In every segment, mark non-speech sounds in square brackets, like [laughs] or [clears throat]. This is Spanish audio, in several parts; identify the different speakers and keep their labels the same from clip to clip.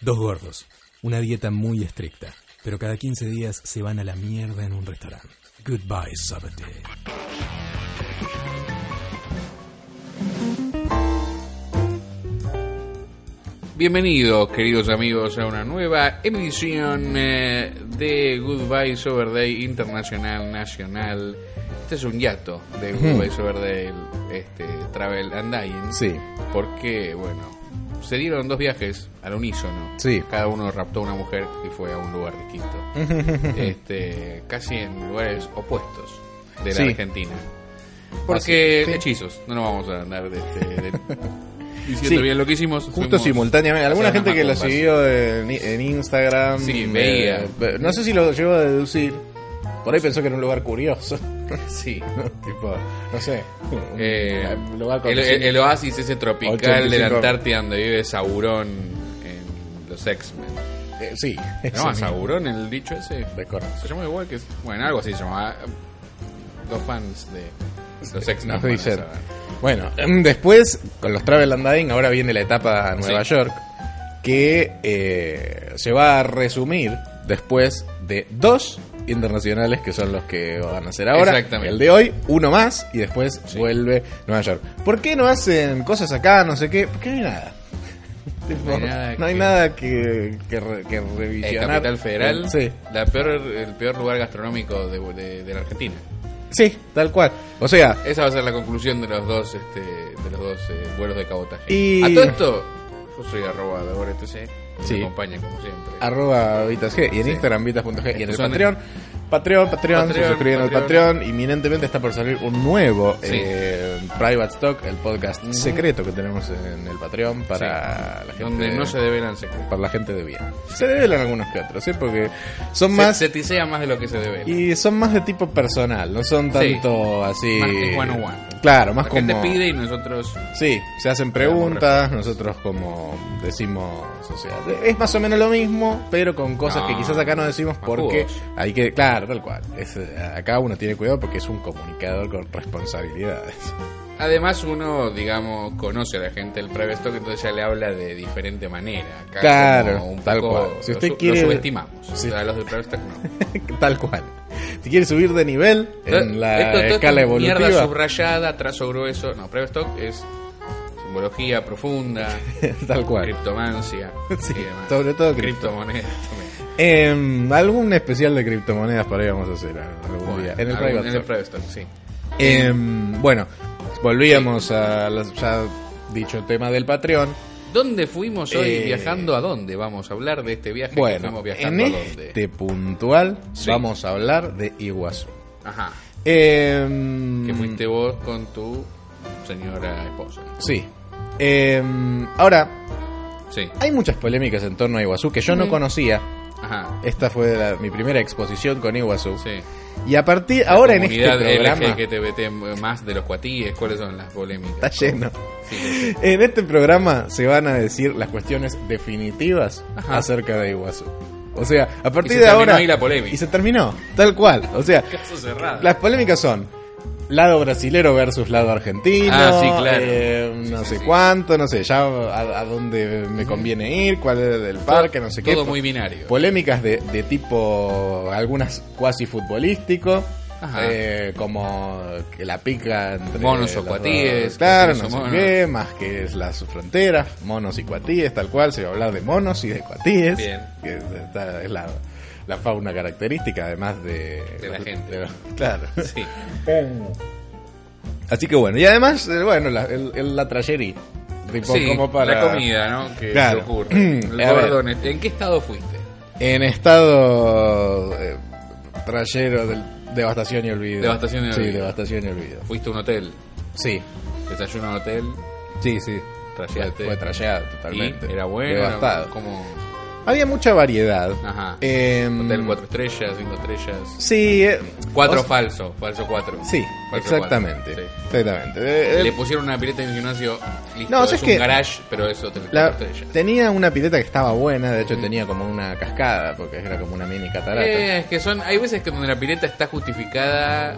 Speaker 1: Dos gordos, una dieta muy estricta, pero cada 15 días se van a la mierda en un restaurante. Goodbye, Sabatee.
Speaker 2: Bienvenidos, queridos amigos, a una nueva emisión eh, de Goodbye Sober Day Internacional Nacional. Este es un hiato de Goodbye Sober Day este, Travel and Dying.
Speaker 3: Sí.
Speaker 2: Porque, bueno, se dieron dos viajes al unísono.
Speaker 3: Sí.
Speaker 2: Cada uno raptó a una mujer y fue a un lugar distinto.
Speaker 3: [laughs]
Speaker 2: este, casi en lugares opuestos de la
Speaker 3: Sí.
Speaker 2: Argentina. Porque
Speaker 3: Así, sí.
Speaker 2: hechizos, no nos vamos a andar de, este,
Speaker 3: [laughs]
Speaker 2: de- diciendo
Speaker 3: Sí.
Speaker 2: bien lo que hicimos.
Speaker 3: Justo
Speaker 2: fuimos-
Speaker 3: simultáneamente. Alguna
Speaker 2: hacer unas
Speaker 3: gente que lo
Speaker 2: macumbas.
Speaker 3: siguió en, en Instagram.
Speaker 2: Sí, veía.
Speaker 3: eh, no sé si lo llegó a deducir. Por ahí pensó que era un lugar curioso. [laughs]
Speaker 2: Sí.
Speaker 3: tipo, no sé. un
Speaker 2: Eh,
Speaker 3: lugar con-
Speaker 2: el, el- el oasis ese tropical de la
Speaker 3: 85.
Speaker 2: Antártida donde vive Saurón en los X-Men.
Speaker 3: eh, sí. [laughs]
Speaker 2: ¿Se
Speaker 3: ese
Speaker 2: llama
Speaker 3: mismo.
Speaker 2: Saurón el dicho ese?
Speaker 3: Desconozco.
Speaker 2: Se llama igual que. Bueno, algo así se llamaba. Los fans de los X-Men.
Speaker 3: Nos
Speaker 2: van a
Speaker 3: dicen.
Speaker 2: saber. Eh,
Speaker 3: Bueno, em, después, con los Travel and Dying, ahora viene la etapa a Nueva
Speaker 2: Sí.
Speaker 3: York, que eh, se va a resumir después de dos internacionales que son los que van a hacer ahora.
Speaker 2: Exactamente.
Speaker 3: El de hoy, uno más, y después vuelve Nueva York. ¿Por qué no hacen cosas acá, no sé qué? Porque no hay nada. Tipo,
Speaker 2: No hay nada
Speaker 3: no hay
Speaker 2: que-
Speaker 3: nada que, que, re- que
Speaker 2: El
Speaker 3: revisionar.
Speaker 2: Capital Federal,
Speaker 3: Sí.
Speaker 2: la peor, el peor lugar gastronómico de, de- de la Argentina.
Speaker 3: sí, tal cual. O sea,
Speaker 2: Esa va a ser la conclusión de los dos, este, de los dos eh, vuelos de cabotaje.
Speaker 3: Y-
Speaker 2: A todo esto, yo soy arroba de Boreto C, me
Speaker 3: Sí.
Speaker 2: acompaña como siempre.
Speaker 3: arroba Vitas G y en
Speaker 2: Sí.
Speaker 3: Instagram vitas.g y en el
Speaker 2: Son-
Speaker 3: Patreon. Patreon, Patreon, se
Speaker 2: Patreon,
Speaker 3: suscriben al
Speaker 2: Patreon.
Speaker 3: Patreon. Inminentemente está por salir un nuevo
Speaker 2: Sí.
Speaker 3: eh, Private Stock, el podcast secreto que tenemos en el Patreon para la gente
Speaker 2: donde no se develan secretos.
Speaker 3: para la gente de bien. Se develan algunos que otros, ¿sí? Porque son
Speaker 2: Se,
Speaker 3: más
Speaker 2: se tisea más de lo que se debe.
Speaker 3: y son más de tipo personal, no son
Speaker 2: Sí.
Speaker 3: tanto así.
Speaker 2: Más que one-on-one.
Speaker 3: Claro, más
Speaker 2: la
Speaker 3: como
Speaker 2: gente pide y nosotros.
Speaker 3: Sí, se hacen preguntas, nosotros como decimos, o sea, es más o menos lo mismo, pero con cosas
Speaker 2: No,
Speaker 3: que quizás acá no decimos
Speaker 2: más
Speaker 3: porque
Speaker 2: jugoso.
Speaker 3: hay que, claro, tal cual, es, eh, acá uno tiene cuidado porque es un comunicador con responsabilidades. [laughs]
Speaker 2: Además, uno, digamos, conoce a la gente del private stock, entonces ya le habla de diferente manera. Acá
Speaker 3: Claro,
Speaker 2: como
Speaker 3: tal cual.
Speaker 2: lo
Speaker 3: Si usted
Speaker 2: su- lo
Speaker 3: quiere-
Speaker 2: subestimamos.
Speaker 3: Sí.
Speaker 2: O sea, a los del private stock no.
Speaker 3: tal cual. Si quieres subir de nivel [laughs] en la
Speaker 2: Esto- esto- esto
Speaker 3: escala
Speaker 2: es Mierda
Speaker 3: evolutiva,
Speaker 2: subrayada, trazo grueso. No, private stock es simbología profunda,
Speaker 3: [laughs] tal cual. [laughs]
Speaker 2: criptomancia y demás.
Speaker 3: sobre todo cripto.
Speaker 2: criptomonedas también.
Speaker 3: Em, algún especial de criptomonedas para vamos a hacer algún
Speaker 2: Bueno,
Speaker 3: día en el
Speaker 2: algún-
Speaker 3: private
Speaker 2: en
Speaker 3: Talk.
Speaker 2: el private stock, sí.
Speaker 3: Em, bueno, volvíamos a las- ya dicho tema del Patreon.
Speaker 2: ¿Dónde fuimos hoy?
Speaker 3: Eh,
Speaker 2: ¿Viajando a dónde? Vamos a hablar de este viaje que
Speaker 3: Bueno,
Speaker 2: fuimos
Speaker 3: en
Speaker 2: viajando a dónde.
Speaker 3: este puntual
Speaker 2: Sí.
Speaker 3: vamos a hablar de Iguazú.
Speaker 2: Ajá.
Speaker 3: Em,
Speaker 2: Que fuiste vos con tu señora esposa.
Speaker 3: Sí. Em, ahora,
Speaker 2: Sí.
Speaker 3: hay muchas polémicas en torno a Iguazú que yo no conocía.
Speaker 2: Ajá.
Speaker 3: Esta fue la- mi primera exposición con Iguazú.
Speaker 2: Sí.
Speaker 3: Y a partir ahora en este
Speaker 2: Comunidad
Speaker 3: programa
Speaker 2: LGTBT más de los cuatíes, ¿cuáles son las polémicas?
Speaker 3: [laughs] está lleno.
Speaker 2: Sí, sí, sí.
Speaker 3: En este programa se van a decir las cuestiones definitivas
Speaker 2: Ajá.
Speaker 3: acerca de Iguazú. O sea, a partir
Speaker 2: se
Speaker 3: de
Speaker 2: terminó
Speaker 3: ahora.
Speaker 2: ahí la polémica.
Speaker 3: Y se terminó, tal cual. O sea,
Speaker 2: Caso cerrado.
Speaker 3: las polémicas son lado brasilero versus lado argentino.
Speaker 2: Ah, sí, claro.
Speaker 3: eh, no
Speaker 2: Sí, sí,
Speaker 3: sé
Speaker 2: sí.
Speaker 3: cuánto, no sé, ya a, a dónde me conviene ir, cuál es el parque, no sé qué.
Speaker 2: Todo muy binario.
Speaker 3: Polémicas de, de tipo, algunas cuasi futbolístico,
Speaker 2: Ajá.
Speaker 3: eh, como que la pica entre
Speaker 2: Monos o
Speaker 3: los
Speaker 2: cuatíes,
Speaker 3: dos, claro, no
Speaker 2: cuatíes o
Speaker 3: sé
Speaker 2: monos.
Speaker 3: qué, más que es las fronteras, monos y cuatíes, tal cual, se va a hablar de monos y de cuatíes,
Speaker 2: Bien.
Speaker 3: que está- es la, la fauna característica, además de...
Speaker 2: De la gente. [laughs]
Speaker 3: de- claro.
Speaker 2: Sí.
Speaker 3: Así que bueno, y además, eh, bueno, la, el- el- la trayeri, tipo,
Speaker 2: Sí,
Speaker 3: como para...
Speaker 2: La comida, ¿no? Que
Speaker 3: Claro.
Speaker 2: se ocurre.
Speaker 3: [clears throat]
Speaker 2: El
Speaker 3: A ver.
Speaker 2: gordo, ¿en qué estado fuiste?
Speaker 3: En estado eh, trayero del- devastación y olvido.
Speaker 2: Devastación y
Speaker 3: Sí,
Speaker 2: olvido.
Speaker 3: devastación y olvido.
Speaker 2: Fuiste a un hotel,
Speaker 3: Sí,
Speaker 2: desayuno en hotel,
Speaker 3: sí, sí. Fue,
Speaker 2: trajeaste.
Speaker 3: fue trayado
Speaker 2: este, y
Speaker 3: totalmente.
Speaker 2: era bueno,
Speaker 3: Devastado.
Speaker 2: era como...
Speaker 3: Había mucha variedad.
Speaker 2: Ajá.
Speaker 3: Eh,
Speaker 2: Hotel 4 estrellas, 5 estrellas.
Speaker 3: Sí, eh,
Speaker 2: 4
Speaker 3: o-
Speaker 2: falso, falso 4.
Speaker 3: Sí, exactamente. Exactamente. Eh, eh,
Speaker 2: Le pusieron una pileta en el gimnasio. Listo,
Speaker 3: No,
Speaker 2: es
Speaker 3: ¿sabes
Speaker 2: un
Speaker 3: qué?
Speaker 2: garage, pero eso te
Speaker 3: la-
Speaker 2: cuatro estrellas.
Speaker 3: tenía una pileta que estaba buena, de hecho tenía como una cascada, porque era como una mini catarata.
Speaker 2: Eh, es que son, hay veces que donde la pileta está justificada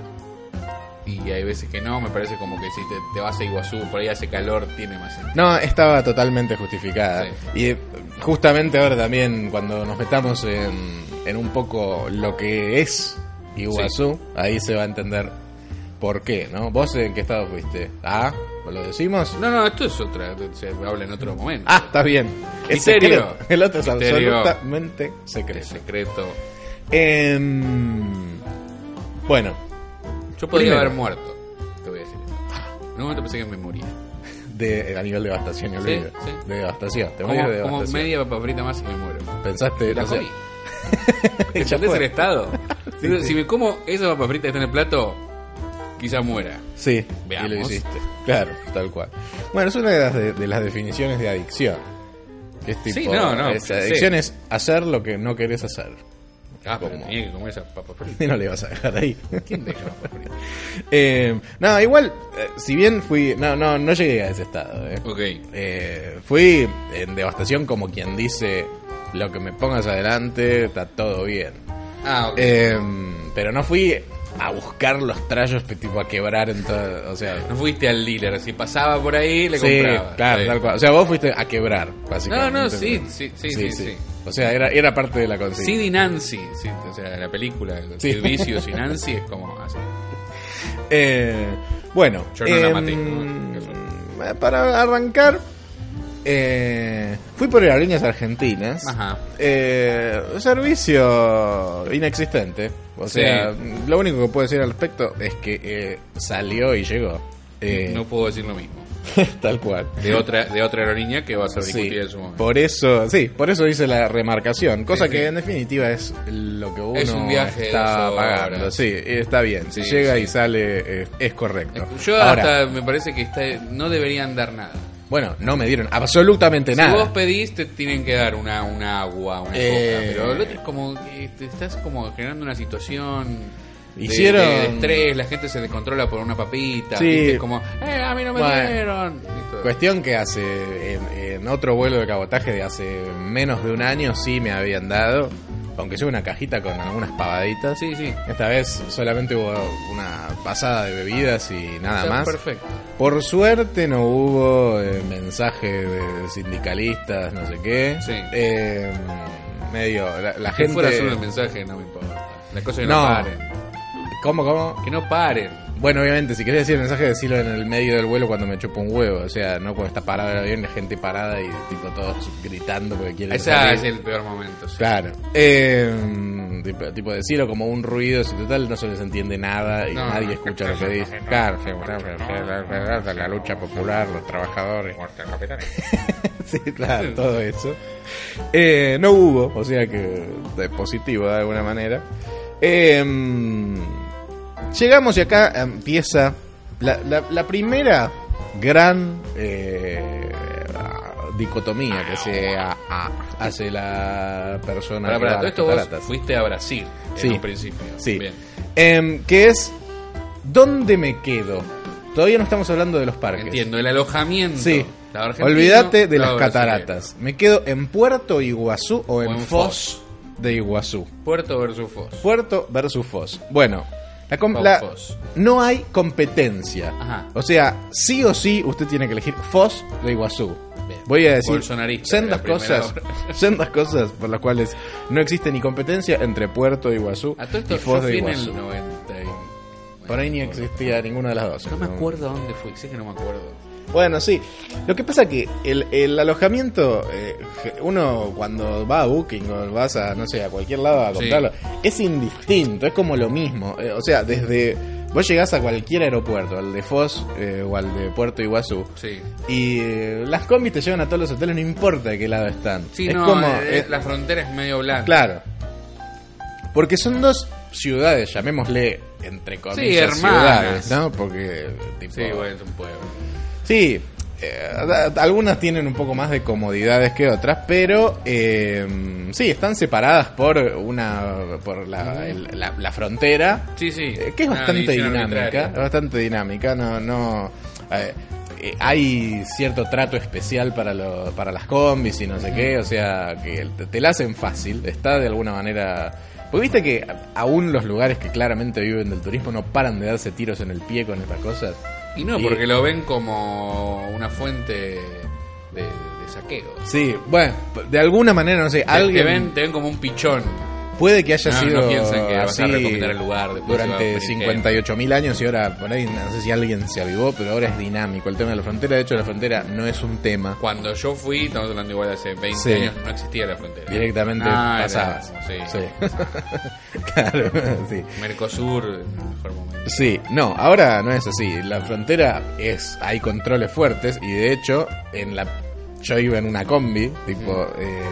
Speaker 2: y hay veces que no. Me parece como que si te, te vas a Iguazú, por ahí hace calor, tiene más sentido.
Speaker 3: No, estaba totalmente justificada.
Speaker 2: Sí.
Speaker 3: Y eh, justamente ahora también, cuando nos metamos en, en un poco lo que es Iguazú, ahí se va a entender por qué, ¿no? ¿Vos en qué estado fuiste? ¿Ah? ¿Lo decimos?
Speaker 2: No, no, esto es otra. Se habla en otro momento.
Speaker 3: Ah, está bien. Es
Speaker 2: Misterio.
Speaker 3: secreto. El otro es
Speaker 2: Misterio.
Speaker 3: absolutamente secreto.
Speaker 2: El secreto.
Speaker 3: Em, bueno,
Speaker 2: Yo podría
Speaker 3: Primero.
Speaker 2: haber muerto. Te voy a decir. En un momento pensé que me moría.
Speaker 3: de, a nivel devastación, y
Speaker 2: Sí,
Speaker 3: olvido.
Speaker 2: sí.
Speaker 3: De devastación. Te
Speaker 2: Como,
Speaker 3: morías de
Speaker 2: como
Speaker 3: devastación.
Speaker 2: media papa frita más y me muero.
Speaker 3: Pensaste,
Speaker 2: La
Speaker 3: Eh, no sé,
Speaker 2: comí.
Speaker 3: [laughs] ya
Speaker 2: ¿Entendés
Speaker 3: fue.
Speaker 2: el
Speaker 3: [laughs]
Speaker 2: estado? Digo, Si me como esa papa frita que está en el plato, quizá muera.
Speaker 3: Sí,
Speaker 2: Veamos.
Speaker 3: y lo hiciste. Claro, tal cual. Bueno, es una de las, de, de las definiciones de adicción. Que es tipo,
Speaker 2: Sí, no, no,
Speaker 3: es-
Speaker 2: sí.
Speaker 3: adicción es hacer lo que no querés hacer. [laughs]
Speaker 2: Ah, pero
Speaker 3: ¿Cómo?
Speaker 2: tenía que comer esa papa frita.
Speaker 3: [laughs] Y no le vas a dejar ahí.
Speaker 2: ¿Quién deja papa frita?
Speaker 3: [laughs] Eh, no, igual, eh, si bien fui. No, no, no llegué a ese estado. eh.
Speaker 2: Ok.
Speaker 3: Eh, fui en devastación como quien dice: Lo que me pongas adelante está todo bien.
Speaker 2: Ah, ok.
Speaker 3: Eh, pero no fui a buscar los trallos, tipo a quebrar en todo. O sea,
Speaker 2: No fuiste al dealer. Si pasaba por ahí, le
Speaker 3: Sí,
Speaker 2: compraba.
Speaker 3: claro,
Speaker 2: Sí.
Speaker 3: tal cual. O sea, vos fuiste a quebrar,
Speaker 2: No,
Speaker 3: básicamente.
Speaker 2: no, sí, sí, sí, sí. sí.
Speaker 3: O sea, era, era parte de la consigna.
Speaker 2: Sid y Nancy, sí, o sea, la película, el
Speaker 3: Sí.
Speaker 2: Vicious y Nancy es como así.
Speaker 3: Eh, bueno.
Speaker 2: Yo no la
Speaker 3: em,
Speaker 2: maté, no, eso.
Speaker 3: eh, Para arrancar, eh, fui por aerolíneas argentinas.
Speaker 2: Ajá.
Speaker 3: Eh, servicio inexistente. O
Speaker 2: Sí.
Speaker 3: sea, lo único que puedo decir al respecto es que eh, salió y llegó. Eh,
Speaker 2: No puedo decir lo mismo.
Speaker 3: [laughs] tal cual.
Speaker 2: De otra, de otra aerolínea que va a ser
Speaker 3: Sí,
Speaker 2: discutida en su momento.
Speaker 3: por eso, sí, por eso hice la remarcación, cosa
Speaker 2: Sí,
Speaker 3: que
Speaker 2: sí.
Speaker 3: en definitiva es lo que uno
Speaker 2: Es un viaje de
Speaker 3: está
Speaker 2: dos horas.
Speaker 3: pagando. Sí, está bien, si
Speaker 2: Sí,
Speaker 3: llega
Speaker 2: sí.
Speaker 3: y sale eh, es correcto.
Speaker 2: Yo
Speaker 3: Ahora,
Speaker 2: hasta me parece que está- no deberían dar nada.
Speaker 3: bueno, no me dieron absolutamente
Speaker 2: Si
Speaker 3: nada.
Speaker 2: vos pedís, te tienen que dar una, una agua, una
Speaker 3: Eh.
Speaker 2: coca. Pero el otro es como que te estás como generando una situación. de-
Speaker 3: Hicieron-
Speaker 2: De, de estrés, la gente se descontrola por una papita.
Speaker 3: Sí.
Speaker 2: ¿viste? Es como, eh, a mí no me
Speaker 3: Bueno.
Speaker 2: dieron. Y todo.
Speaker 3: Cuestión que hace en, en otro vuelo de cabotaje de hace menos de un año sí me habían dado, aunque sea una cajita con algunas pavaditas.
Speaker 2: Sí, sí.
Speaker 3: Esta vez solamente hubo una pasada de bebidas y nada
Speaker 2: Está
Speaker 3: más.
Speaker 2: Perfecto.
Speaker 3: Por suerte no hubo eh, mensaje de sindicalistas, no sé qué.
Speaker 2: Sí.
Speaker 3: Eh, medio, la, la
Speaker 2: Que
Speaker 3: gente...
Speaker 2: fuera solo el mensaje, no me importa. La cosa es que no,
Speaker 3: No.
Speaker 2: paren.
Speaker 3: ¿Cómo, cómo?
Speaker 2: Que no paren.
Speaker 3: Bueno, obviamente, si querés decir el mensaje, decirlo en el medio del vuelo cuando me chupo un huevo. O sea, no cuando está parado el avión, la gente parada y tipo todos gritando porque quieren
Speaker 2: Ese
Speaker 3: salir.
Speaker 2: es el peor momento. sí.
Speaker 3: Claro. Eh, tipo, tipo decirlo como un ruido, si total no se les entiende nada y
Speaker 2: No,
Speaker 3: nadie
Speaker 2: no.
Speaker 3: escucha lo que dice. Claro, sí, bueno, la- la lucha popular, los trabajadores. sí, claro, todo eso. Eh, no hubo, o sea que es positivo de alguna manera. Eh, llegamos y acá empieza la, la- la primera gran eh, dicotomía que se a- a- hace la persona
Speaker 2: Pará,
Speaker 3: que va
Speaker 2: pará, todo
Speaker 3: a las
Speaker 2: esto vos
Speaker 3: cataratas.
Speaker 2: fuiste a Brasil en
Speaker 3: Sí.
Speaker 2: un principio.
Speaker 3: Sí.
Speaker 2: Bien.
Speaker 3: Em, que es, ¿dónde me quedo? Todavía no estamos hablando de los parques.
Speaker 2: Entiendo, el alojamiento.
Speaker 3: Sí.
Speaker 2: Lo argentino,
Speaker 3: Olvídate de
Speaker 2: lo
Speaker 3: las
Speaker 2: brasileño.
Speaker 3: cataratas. Me quedo en Puerto Iguazú o en,
Speaker 2: en
Speaker 3: Foz de Iguazú.
Speaker 2: Puerto versus Foz.
Speaker 3: Puerto versus Foz. Bueno, la com-
Speaker 2: Pau
Speaker 3: la-
Speaker 2: Foz.
Speaker 3: no hay competencia.
Speaker 2: Ajá.
Speaker 3: O sea, sí o sí usted tiene que elegir Foz de Iguazú.
Speaker 2: Bien.
Speaker 3: Voy a decir
Speaker 2: Bolsonarista,
Speaker 3: sendas
Speaker 2: la primera
Speaker 3: cosas,
Speaker 2: obra.
Speaker 3: [laughs] sendas cosas por las cuales no existe ni competencia entre Puerto de Iguazú
Speaker 2: A todo
Speaker 3: y
Speaker 2: esto yo
Speaker 3: Foz de
Speaker 2: fui en
Speaker 3: Iguazú.
Speaker 2: el 90. y-
Speaker 3: Por ahí ni existía ninguna de las dos.
Speaker 2: No me acuerdo dónde fui, sé que no me acuerdo.
Speaker 3: Bueno, sí. Lo que pasa que el, el alojamiento, eh, uno cuando va a Booking o vas a, no sé, a cualquier lado a
Speaker 2: Sí.
Speaker 3: comprarlo, es indistinto, es como lo mismo. Eh, o sea, desde... Vos llegás a cualquier aeropuerto, al de Foz eh, o al de Puerto Iguazú,
Speaker 2: Sí.
Speaker 3: y eh, las combis te llevan a todos los hoteles, no importa de qué lado están.
Speaker 2: Sí,
Speaker 3: es
Speaker 2: no,
Speaker 3: como...
Speaker 2: eh,
Speaker 3: eh,
Speaker 2: la frontera es medio blanca.
Speaker 3: Claro. Porque son dos ciudades, llamémosle, entre comillas,
Speaker 2: hermanas.
Speaker 3: ciudades, ¿no? Porque, tipo,
Speaker 2: Sí, bueno, es un pueblo.
Speaker 3: Sí, eh, a- algunas tienen un poco más de comodidades que otras, pero eh, sí, están separadas por una por la, el- la- la frontera,
Speaker 2: Sí, sí.
Speaker 3: eh, que es
Speaker 2: Una
Speaker 3: bastante
Speaker 2: división
Speaker 3: dinámica, es
Speaker 2: arbitraria.
Speaker 3: bastante dinámica, no, no eh, eh, hay cierto trato especial para, lo- para las combis y no sé qué, o sea, que te, te la hacen fácil, está de alguna manera Porque viste que a- aún los lugares que claramente viven del turismo no paran de darse tiros en el pie con estas cosas.
Speaker 2: Y no,
Speaker 3: Sí.
Speaker 2: porque lo ven como una fuente de, de saqueo.
Speaker 3: Sí, bueno, de alguna manera, no sé,
Speaker 2: Te- Te,
Speaker 3: alguien
Speaker 2: ven, te ven como un pichón.
Speaker 3: puede que haya
Speaker 2: No, no
Speaker 3: sido
Speaker 2: piensen que vas a
Speaker 3: así
Speaker 2: recomendar el lugar, después se va a
Speaker 3: durante
Speaker 2: venir
Speaker 3: 58.000 años y ahora, por ahí, no sé si alguien se avivó, pero ahora es dinámico el tema de la frontera. De hecho, la frontera no es un tema.
Speaker 2: Cuando yo fui, estamos hablando igual de hace 20
Speaker 3: Sí.
Speaker 2: años, no existía la frontera.
Speaker 3: Directamente
Speaker 2: Ah, era-
Speaker 3: pasabas.
Speaker 2: sí.
Speaker 3: Sí. [laughs] claro, sí.
Speaker 2: Mercosur, el mejor momento.
Speaker 3: Sí, no, ahora no es así. La frontera es. Hay controles fuertes y de hecho, en la. Yo iba en una combi, tipo,
Speaker 2: Mm.
Speaker 3: eh,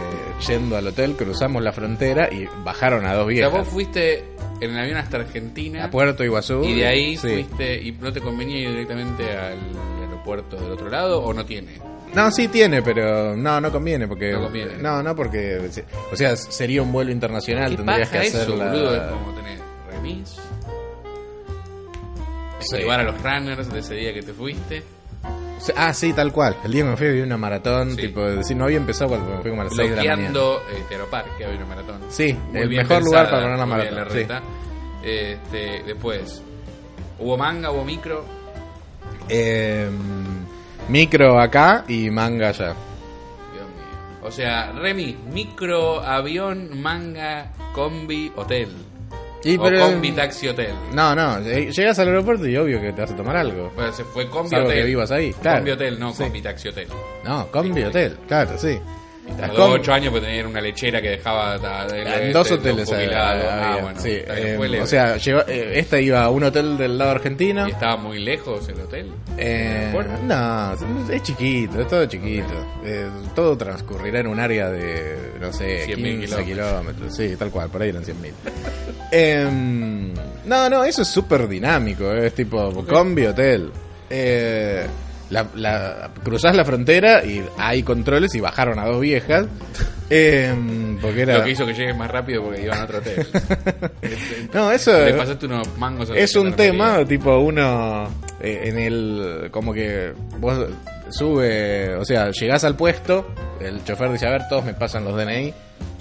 Speaker 3: yendo al hotel, cruzamos la frontera y bajaron a dos
Speaker 2: O sea,
Speaker 3: viejas.
Speaker 2: vos fuiste en el avión hasta Argentina
Speaker 3: a Puerto Iguazú.
Speaker 2: ¿Eh? y de ahí
Speaker 3: sí.
Speaker 2: fuiste y no te convenía ir directamente al aeropuerto del otro lado o no tiene.
Speaker 3: No, sí tiene, pero no, no conviene porque.
Speaker 2: No conviene.
Speaker 3: No, no, porque. O sea, sería un vuelo internacional,
Speaker 2: ¿Qué
Speaker 3: tendrías
Speaker 2: pasa
Speaker 3: que
Speaker 2: eso,
Speaker 3: hacerla.
Speaker 2: boludo? eh. Es como tener remis,
Speaker 3: Sí.
Speaker 2: llevar a los runners de ese día que te fuiste.
Speaker 3: Ah, sí, tal cual. El día que me fui, vi una maratón,
Speaker 2: Sí.
Speaker 3: tipo, sí, no había empezado cuando me fui como a las 6 de la mañana.
Speaker 2: bloqueando este Aeroparque, había una maratón.
Speaker 3: Sí,
Speaker 2: Muy
Speaker 3: el
Speaker 2: bien
Speaker 3: mejor
Speaker 2: pensada,
Speaker 3: lugar para poner la
Speaker 2: muy bien
Speaker 3: maratón,
Speaker 2: la reta. Este, después, hubo manga, hubo micro.
Speaker 3: Eh, micro acá y manga allá.
Speaker 2: Dios mío. O sea, remis, micro, avión, manga, combi, hotel.
Speaker 3: Y,
Speaker 2: o
Speaker 3: pero-
Speaker 2: combi, taxi, hotel.
Speaker 3: No, no, eh, llegas al aeropuerto y obvio que te vas a tomar algo.
Speaker 2: Bueno, Pues, se fue combi,
Speaker 3: Salvo
Speaker 2: hotel.
Speaker 3: que vivas ahí,
Speaker 2: Combi,
Speaker 3: claro.
Speaker 2: hotel, no
Speaker 3: Sí.
Speaker 2: combi, taxi, hotel.
Speaker 3: No, combi
Speaker 2: Sí,
Speaker 3: hotel, claro, sí. Las
Speaker 2: Tardó
Speaker 3: com-
Speaker 2: ocho años porque tenía una lechera que dejaba... ta- de-
Speaker 3: en
Speaker 2: de-
Speaker 3: dos
Speaker 2: de-
Speaker 3: hoteles
Speaker 2: los Este, jubilados.
Speaker 3: había,
Speaker 2: Ah,
Speaker 3: había,
Speaker 2: bueno.
Speaker 3: sí,
Speaker 2: está bien,
Speaker 3: eh,
Speaker 2: fue leve.
Speaker 3: o sea, llegó, eh, esta iba a un hotel del lado argentino.
Speaker 2: ¿Y estaba muy lejos el hotel.
Speaker 3: Eh,
Speaker 2: ¿Aeropuerto?
Speaker 3: no, es chiquito, es todo chiquito. Eh, todo transcurrirá en un área de, no sé,
Speaker 2: 100.000 kilómetros.
Speaker 3: 15 kilómetros. Sí, tal cual, por ahí eran 100.000. [laughs] Em, no, no, eso es súper dinámico, eh, es tipo combi hotel. Eh, la, la- cruzás la frontera y hay controles y bajaron a
Speaker 2: [laughs]
Speaker 3: dos viejas. Em, porque era...
Speaker 2: Lo que hizo que llegues más rápido porque iban a otro
Speaker 3: [laughs]
Speaker 2: hotel. Este,
Speaker 3: No, eso
Speaker 2: Le
Speaker 3: es-
Speaker 2: pasaste unos mangos a la
Speaker 3: Es un
Speaker 2: gendarmería.
Speaker 3: tema, tipo, uno eh, en el. Como que vos sube, o sea, llegás al puesto, el chofer dice: A ver, todos me pasan los DNI,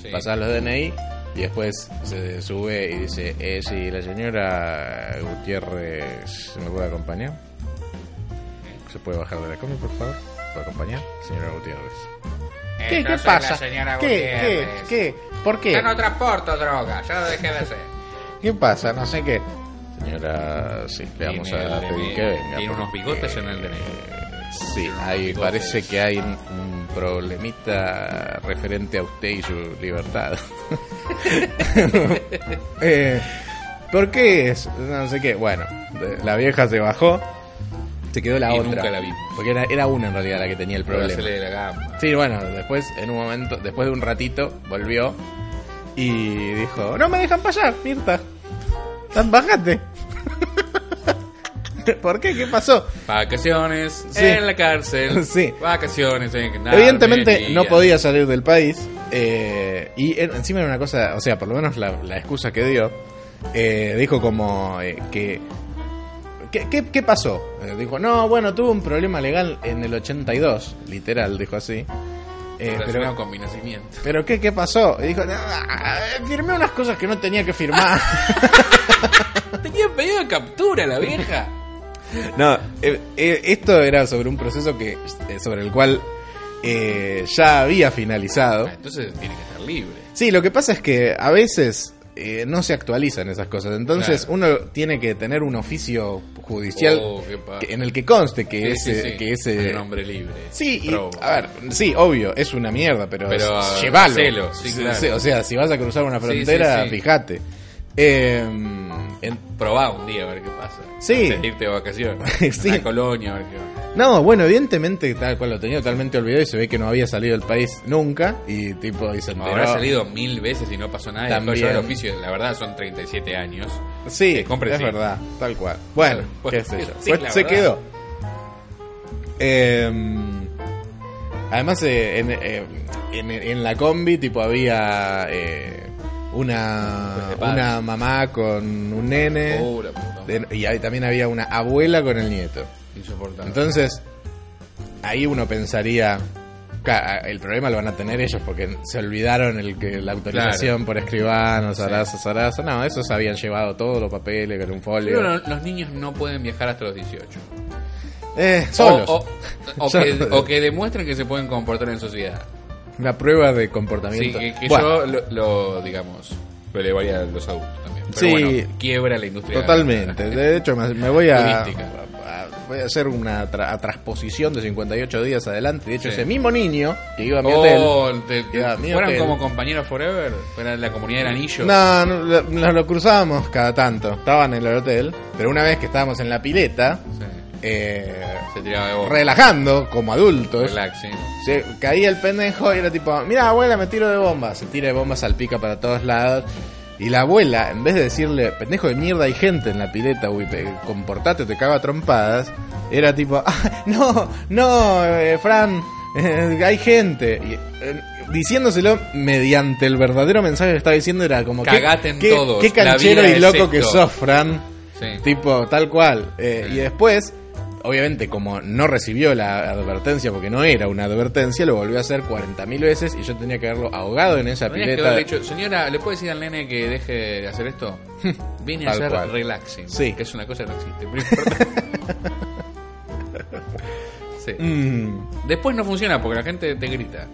Speaker 2: Sí.
Speaker 3: pasás los DNI, y después se sube y dice: Eh, si la señora Gutiérrez me puede acompañar, se puede bajar de la combi, por favor, puede acompañar, señora Gutiérrez.
Speaker 2: Yo Eh, soy la señora Gutiérrez.
Speaker 3: ¿Qué? ¿Por qué?
Speaker 2: Yo no transporto droga, ya lo dejé de hacer.
Speaker 3: ¿Qué pasa? No sé qué. Señora, sí, le vamos
Speaker 2: Tiene
Speaker 3: a
Speaker 2: el
Speaker 3: pedir
Speaker 2: DNI,
Speaker 3: que venga.
Speaker 2: tiene unos
Speaker 3: porque,
Speaker 2: bigotes en el DNI.
Speaker 3: Sí,
Speaker 2: unos
Speaker 3: ahí
Speaker 2: bigotes.
Speaker 3: parece que hay un un problemita referente a usted y su libertad. [laughs] Eh, ¿Por qué es? No sé qué. Bueno, de- la vieja se bajó, se quedó la
Speaker 2: Y
Speaker 3: otra.
Speaker 2: nunca la vimos.
Speaker 3: Porque era, era una en realidad la que tenía el
Speaker 2: Pero
Speaker 3: problema.
Speaker 2: se le de la gamba.
Speaker 3: Sí, bueno, después, en un momento, después de un ratito, volvió y dijo, no me dejan pasar, Mirta. Tan bajate. [laughs] ¿Por qué? ¿Qué pasó?
Speaker 2: Vacaciones
Speaker 3: Sí.
Speaker 2: en la cárcel.
Speaker 3: [laughs] Sí.
Speaker 2: Vacaciones en
Speaker 3: Evidentemente
Speaker 2: Armenia.
Speaker 3: no podía salir del país. eh, y en- encima era una cosa, o sea, por lo menos la, la excusa que dio, eh, dijo como eh, que... ¿Qué, qué, qué pasó? Eh, dijo, no, bueno, tuve un problema legal en el 82, literal, dijo así. Eh,
Speaker 2: Relacionado con mi nacimiento.
Speaker 3: ¿Pero qué, qué pasó? Y dijo, "Ah, firmé unas cosas que no tenía que firmar.
Speaker 2: Tenía pedido de captura la vieja.
Speaker 3: [laughs] no, eh, eh, esto era sobre un proceso que eh, sobre el cual eh, ya había finalizado.
Speaker 2: Ah, entonces tiene que estar libre.
Speaker 3: Sí, lo que pasa es que a veces eh, no se actualizan esas cosas. Entonces
Speaker 2: Claro.
Speaker 3: uno tiene que tener un oficio judicial
Speaker 2: Oh, qué pa-
Speaker 3: que- en el que conste que
Speaker 2: Sí, sí,
Speaker 3: ese...
Speaker 2: sí.
Speaker 3: Que ese
Speaker 2: Un hombre libre.
Speaker 3: Sí, y,
Speaker 2: Bravo.
Speaker 3: a ver, sí, obvio, es una mierda, pero,
Speaker 2: Pero,
Speaker 3: es-
Speaker 2: ah,
Speaker 3: llévalo.
Speaker 2: hacelo, sí,
Speaker 3: Sí,
Speaker 2: claro.
Speaker 3: sí, O sea, si vas a cruzar una
Speaker 2: Sí,
Speaker 3: frontera,
Speaker 2: sí, sí.
Speaker 3: fíjate. Eh, en-
Speaker 2: Probá un día a ver qué pasa.
Speaker 3: Sí.
Speaker 2: Antes de irte de vacaciones.
Speaker 3: [laughs] Sí.
Speaker 2: A la colonia a ver qué pasa.
Speaker 3: no, bueno, evidentemente tal cual lo tenía totalmente olvidado y se ve que no había salido del país nunca y tipo y se enteró.
Speaker 2: Habrá salido mil veces y no pasó nada.
Speaker 3: También.
Speaker 2: Y después yo al oficio, la verdad, son 37 años.
Speaker 3: Sí,
Speaker 2: Eh,
Speaker 3: es
Speaker 2: compre, sí.
Speaker 3: verdad, tal cual. Bueno,
Speaker 2: Bueno,
Speaker 3: qué sé yo.
Speaker 2: sí,
Speaker 3: Pues
Speaker 2: la
Speaker 3: se
Speaker 2: verdad.
Speaker 3: quedó. Eh, además, eh, en, eh, en- en la combi, tipo, había eh,
Speaker 2: Pues
Speaker 3: una,
Speaker 2: de padre.
Speaker 3: una mamá con un nene.
Speaker 2: Oh, la puta.
Speaker 3: de- y ahí también había una abuela con el nieto.
Speaker 2: Insoportable.
Speaker 3: Entonces, ahí uno pensaría, Claro, el problema lo van a tener ellos porque se olvidaron el que la autorización por escribano, zaraza, zaraza. No, esos habían llevado todos los papeles con un folio.
Speaker 2: Pero lo- los niños no pueden viajar hasta los 18.
Speaker 3: Eh,
Speaker 2: O-
Speaker 3: solos.
Speaker 2: O, o
Speaker 3: [laughs]
Speaker 2: que,
Speaker 3: Solos.
Speaker 2: o que demuestren que se pueden comportar en sociedad.
Speaker 3: Una prueba de
Speaker 2: Sí,
Speaker 3: comportamiento.
Speaker 2: que, que yo
Speaker 3: Bueno,
Speaker 2: lo, lo, digamos, lo elevaría a los adultos también. Pero
Speaker 3: Sí.
Speaker 2: bueno, quiebra la industria. [laughs]
Speaker 3: Totalmente. De hecho, me, me voy a,
Speaker 2: Turística.
Speaker 3: a- voy a hacer una tra- a transposición de 58 días adelante. De hecho,
Speaker 2: Sí.
Speaker 3: ese mismo niño que iba a mi hotel.
Speaker 2: Oh, te- te-
Speaker 3: Ya, mi
Speaker 2: fueron
Speaker 3: hotel.
Speaker 2: como compañeros forever, fueron la comunidad del anillo.
Speaker 3: No, no, lo- nos lo cruzábamos cada tanto. Estaban en el hotel. Pero una vez que estábamos en la pileta,
Speaker 2: Sí,
Speaker 3: eh,
Speaker 2: se tiraba de boca.
Speaker 3: relajando como adultos,
Speaker 2: Relax, sí.
Speaker 3: se caía el pendejo y era tipo, mira abuela, me tiro de bomba. Se tira de bomba, salpica para todos lados. Y la abuela, en vez de decirle, pendejo de mierda, hay gente en la pileta, uy, pe- comportate, te cago a trompadas, era tipo, [laughs] "Ah, no, no, eh, Fran, eh, hay gente. Y, eh, diciéndoselo mediante el verdadero mensaje que estaba diciendo era como, "Qué-
Speaker 2: Cagate en
Speaker 3: qué,
Speaker 2: todos,
Speaker 3: qué
Speaker 2: la
Speaker 3: canchero
Speaker 2: vida
Speaker 3: y
Speaker 2: es
Speaker 3: loco que
Speaker 2: esto".
Speaker 3: sos, Fran.
Speaker 2: sí.
Speaker 3: Tipo, tal cual. Eh,
Speaker 2: Sí.
Speaker 3: Y después, obviamente, como no recibió la advertencia, porque no era una advertencia, lo volvió a hacer 40.000 veces y yo tenía que haberlo ahogado en esa
Speaker 2: Tenías que
Speaker 3: pileta.
Speaker 2: haberle dicho, señora, ¿le puede decir al nene que deje de hacer
Speaker 3: [laughs]
Speaker 2: esto? Viene a
Speaker 3: Tal
Speaker 2: hacer
Speaker 3: cual.
Speaker 2: relaxing.
Speaker 3: Sí.
Speaker 2: Que es una cosa que no existe. pero importa. [laughs] Sí.
Speaker 3: Mm.
Speaker 2: Después no funciona porque la gente te grita.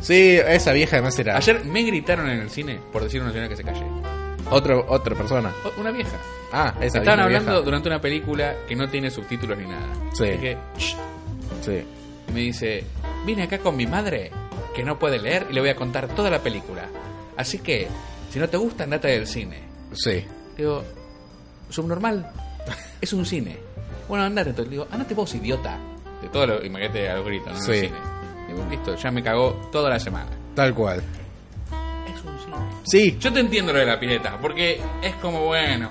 Speaker 3: Sí, esa vieja además era
Speaker 2: Ayer me gritaron en el cine por decir a una señora que se calle.
Speaker 3: otro, otra persona.
Speaker 2: O- Una vieja.
Speaker 3: Ah, esa
Speaker 2: Estaban
Speaker 3: misma
Speaker 2: hablando durante una película que no tiene subtítulos ni nada.
Speaker 3: Sí.
Speaker 2: Dije, "Shh".
Speaker 3: vieja. Sí.
Speaker 2: Y me dice, vine acá con mi madre, que no puede leer, y le voy a contar toda la película. Así que, si no te gusta, andate del cine.
Speaker 3: Sí.
Speaker 2: Digo, [laughs] subnormal, es un cine. Bueno, andate entonces. Digo, andate vos, idiota. De todo lo, imagínate a los gritos, ¿no? En el
Speaker 3: Sí.
Speaker 2: cine. Digo, listo, ya me cagó toda la semana.
Speaker 3: Tal cual.
Speaker 2: Es un cine.
Speaker 3: Sí.
Speaker 2: Yo te entiendo lo de la pileta, porque es como bueno.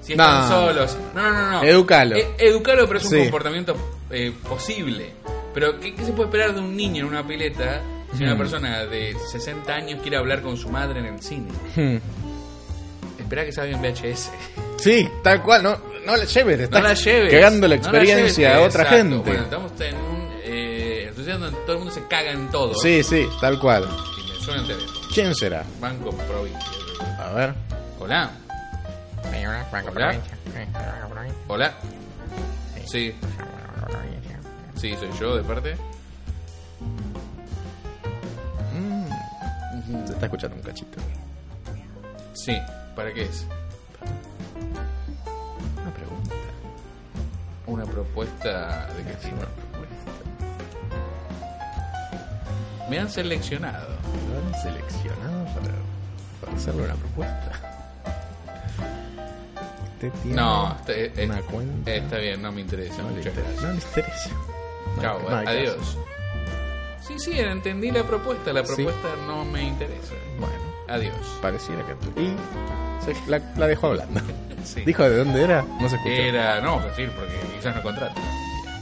Speaker 2: Si
Speaker 3: No.
Speaker 2: están solos. No, no, no, no.
Speaker 3: Educalo.
Speaker 2: E- educalo, pero es un
Speaker 3: Sí.
Speaker 2: comportamiento eh, posible. Pero, ¿qué, qué se puede esperar de un niño en una pileta si una persona de 60 años quiere hablar con su madre en el cine?
Speaker 3: Hmm.
Speaker 2: Espera que salga en VHS.
Speaker 3: Sí, tal cual. No, no la lleves, te
Speaker 2: No
Speaker 3: estás
Speaker 2: la lleves.
Speaker 3: cagando la
Speaker 2: No
Speaker 3: experiencia
Speaker 2: lleves,
Speaker 3: a otra
Speaker 2: exacto.
Speaker 3: gente.
Speaker 2: Bueno, estamos en un. Eh, sociedad donde todo el mundo se caga en todo.
Speaker 3: Sí, sí, tal cual.
Speaker 2: Y me suena el teléfono.
Speaker 3: ¿Quién será?
Speaker 2: Banco Provincia.
Speaker 3: A ver.
Speaker 2: Hola.
Speaker 4: Señora, Banco
Speaker 2: Hola.
Speaker 4: Provincia. Sí, Banco Provincia.
Speaker 2: Hola. Sí,
Speaker 4: Banco Provincia.
Speaker 2: sí, soy yo, de parte.
Speaker 3: Se está escuchando un cachito.
Speaker 2: Sí, ¿para qué es?
Speaker 3: Una pregunta.
Speaker 2: Una propuesta de qué tipo. Me han seleccionado.
Speaker 3: Lo han seleccionado para, para hacerle una propuesta. Usted tiene
Speaker 2: No, está, eh, eh,
Speaker 3: una cuenta.
Speaker 2: está bien, no me interesa.
Speaker 3: no, le
Speaker 2: muchas
Speaker 3: interesa,
Speaker 2: gracias.
Speaker 3: no le interesa. No,
Speaker 2: Chao,
Speaker 3: no hay caso.
Speaker 2: adiós. Sí, sí, entendí la propuesta. La
Speaker 3: Sí.
Speaker 2: propuesta no me interesa.
Speaker 3: Bueno,
Speaker 2: Adiós.
Speaker 3: pareciera que. Y se- la, la dejó hablando.
Speaker 2: Sí.
Speaker 3: ¿Dijo de dónde era? No se escuchó.
Speaker 2: Era, no vamos a decir porque quizás no contratan.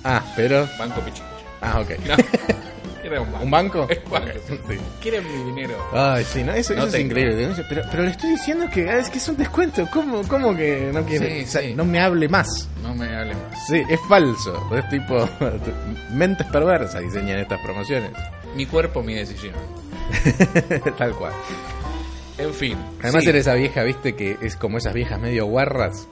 Speaker 3: Ah, pero.
Speaker 2: Banco
Speaker 3: [laughs]
Speaker 2: Pichincha.
Speaker 3: Ah, ok.
Speaker 2: No. Era un banco.
Speaker 3: ¿Un banco?
Speaker 2: Es banco,
Speaker 3: Ok,
Speaker 2: sí.
Speaker 3: sí.
Speaker 2: Quieren mi dinero.
Speaker 3: Ay, sí, no, eso,
Speaker 2: No
Speaker 3: eso es
Speaker 2: tengo.
Speaker 3: increíble. Pero, pero le estoy diciendo que ah, es que es un descuento. ¿Cómo, cómo que no quiere?
Speaker 2: Sí,
Speaker 3: O sea,
Speaker 2: sí.
Speaker 3: No me hable más.
Speaker 2: No me hable más.
Speaker 3: Sí, es falso. Es tipo. [laughs] mentes perversas diseñan estas promociones. [laughs]
Speaker 2: Mi cuerpo, mi decisión.
Speaker 3: Tal cual.
Speaker 2: En fin.
Speaker 3: Además
Speaker 2: sí.
Speaker 3: era esa vieja, viste, que es como esas viejas medio guarras.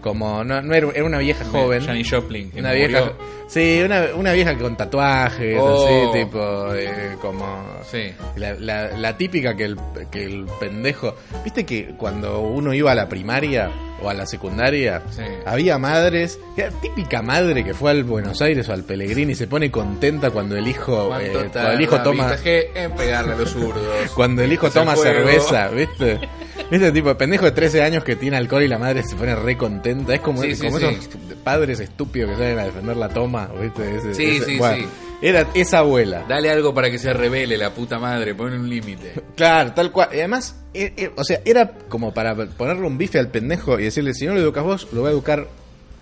Speaker 3: Como, no, no era, era una vieja joven.
Speaker 2: Janis Joplin. que
Speaker 3: Una
Speaker 2: murió.
Speaker 3: vieja. Sí, una, una vieja con tatuajes,
Speaker 2: Oh.
Speaker 3: así, tipo, eh, como.
Speaker 2: Sí.
Speaker 3: La, la- la típica que el, que el pendejo. Viste que cuando uno iba a la primaria o a la secundaria,
Speaker 2: Sí.
Speaker 3: había madres. La típica madre que fue al Buenos Aires o al Pellegrini y se pone contenta cuando el hijo, eh,
Speaker 2: ¿Cuánto
Speaker 3: cuando el hijo
Speaker 2: tarda
Speaker 3: toma.
Speaker 2: Vitaje en pegarle a los zurdos.
Speaker 3: [laughs] Cuando el hijo
Speaker 2: Es el
Speaker 3: toma
Speaker 2: juego.
Speaker 3: cerveza, ¿viste?
Speaker 2: [laughs]
Speaker 3: ¿Viste? Tipo, pendejo de 13 años que tiene alcohol y la madre se pone re contenta. Es como,
Speaker 2: Sí, sí,
Speaker 3: como
Speaker 2: sí.
Speaker 3: esos padres estúpidos que salen a defender la toma, ¿viste? Ese-
Speaker 2: Sí,
Speaker 3: ese-
Speaker 2: sí, sí.
Speaker 3: Era esa abuela.
Speaker 2: Dale algo para que se revele la puta madre. Pone un límite.
Speaker 3: Claro, tal cual. Y además, e- e- o sea, era como para ponerle un bife al pendejo y decirle, si no lo educas vos, lo va a educar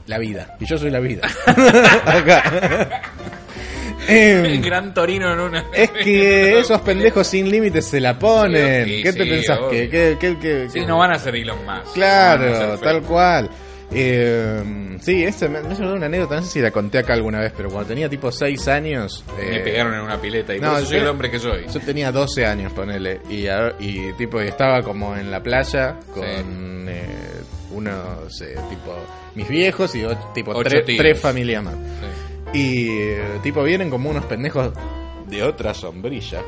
Speaker 3: la vida. Y yo soy la vida. [laughs]
Speaker 2: [laughs]
Speaker 3: Acá.
Speaker 2: El
Speaker 3: Em,
Speaker 2: gran Torino en una.
Speaker 3: es
Speaker 2: [laughs]
Speaker 3: que esos pendejos sin límites se la ponen.
Speaker 2: Sí,
Speaker 3: ¿Qué te
Speaker 2: sí,
Speaker 3: pensás?
Speaker 2: obvio.
Speaker 3: que- que- que- que-
Speaker 2: Sí, no van a ser Elon Musk.
Speaker 3: Claro,
Speaker 2: Van a ser
Speaker 3: tal
Speaker 2: Facebook.
Speaker 3: cual. Eh, sí, ese me, me acordó una anécdota, no sé si la conté acá alguna vez, pero cuando tenía tipo 6 años...
Speaker 2: Me
Speaker 3: eh,
Speaker 2: pegaron en una pileta y
Speaker 3: no,
Speaker 2: por eso
Speaker 3: yo-
Speaker 2: soy el hombre que soy.
Speaker 3: Yo tenía 12 años, ponele, y, a- y tipo y estaba como en la playa con eh, unos, eh, tipo, mis viejos y o- tipo
Speaker 2: Ocho
Speaker 3: tre-
Speaker 2: tíos.
Speaker 3: tres familias más.
Speaker 2: Sí.
Speaker 3: Y eh, tipo vienen como unos pendejos de otra sombrilla.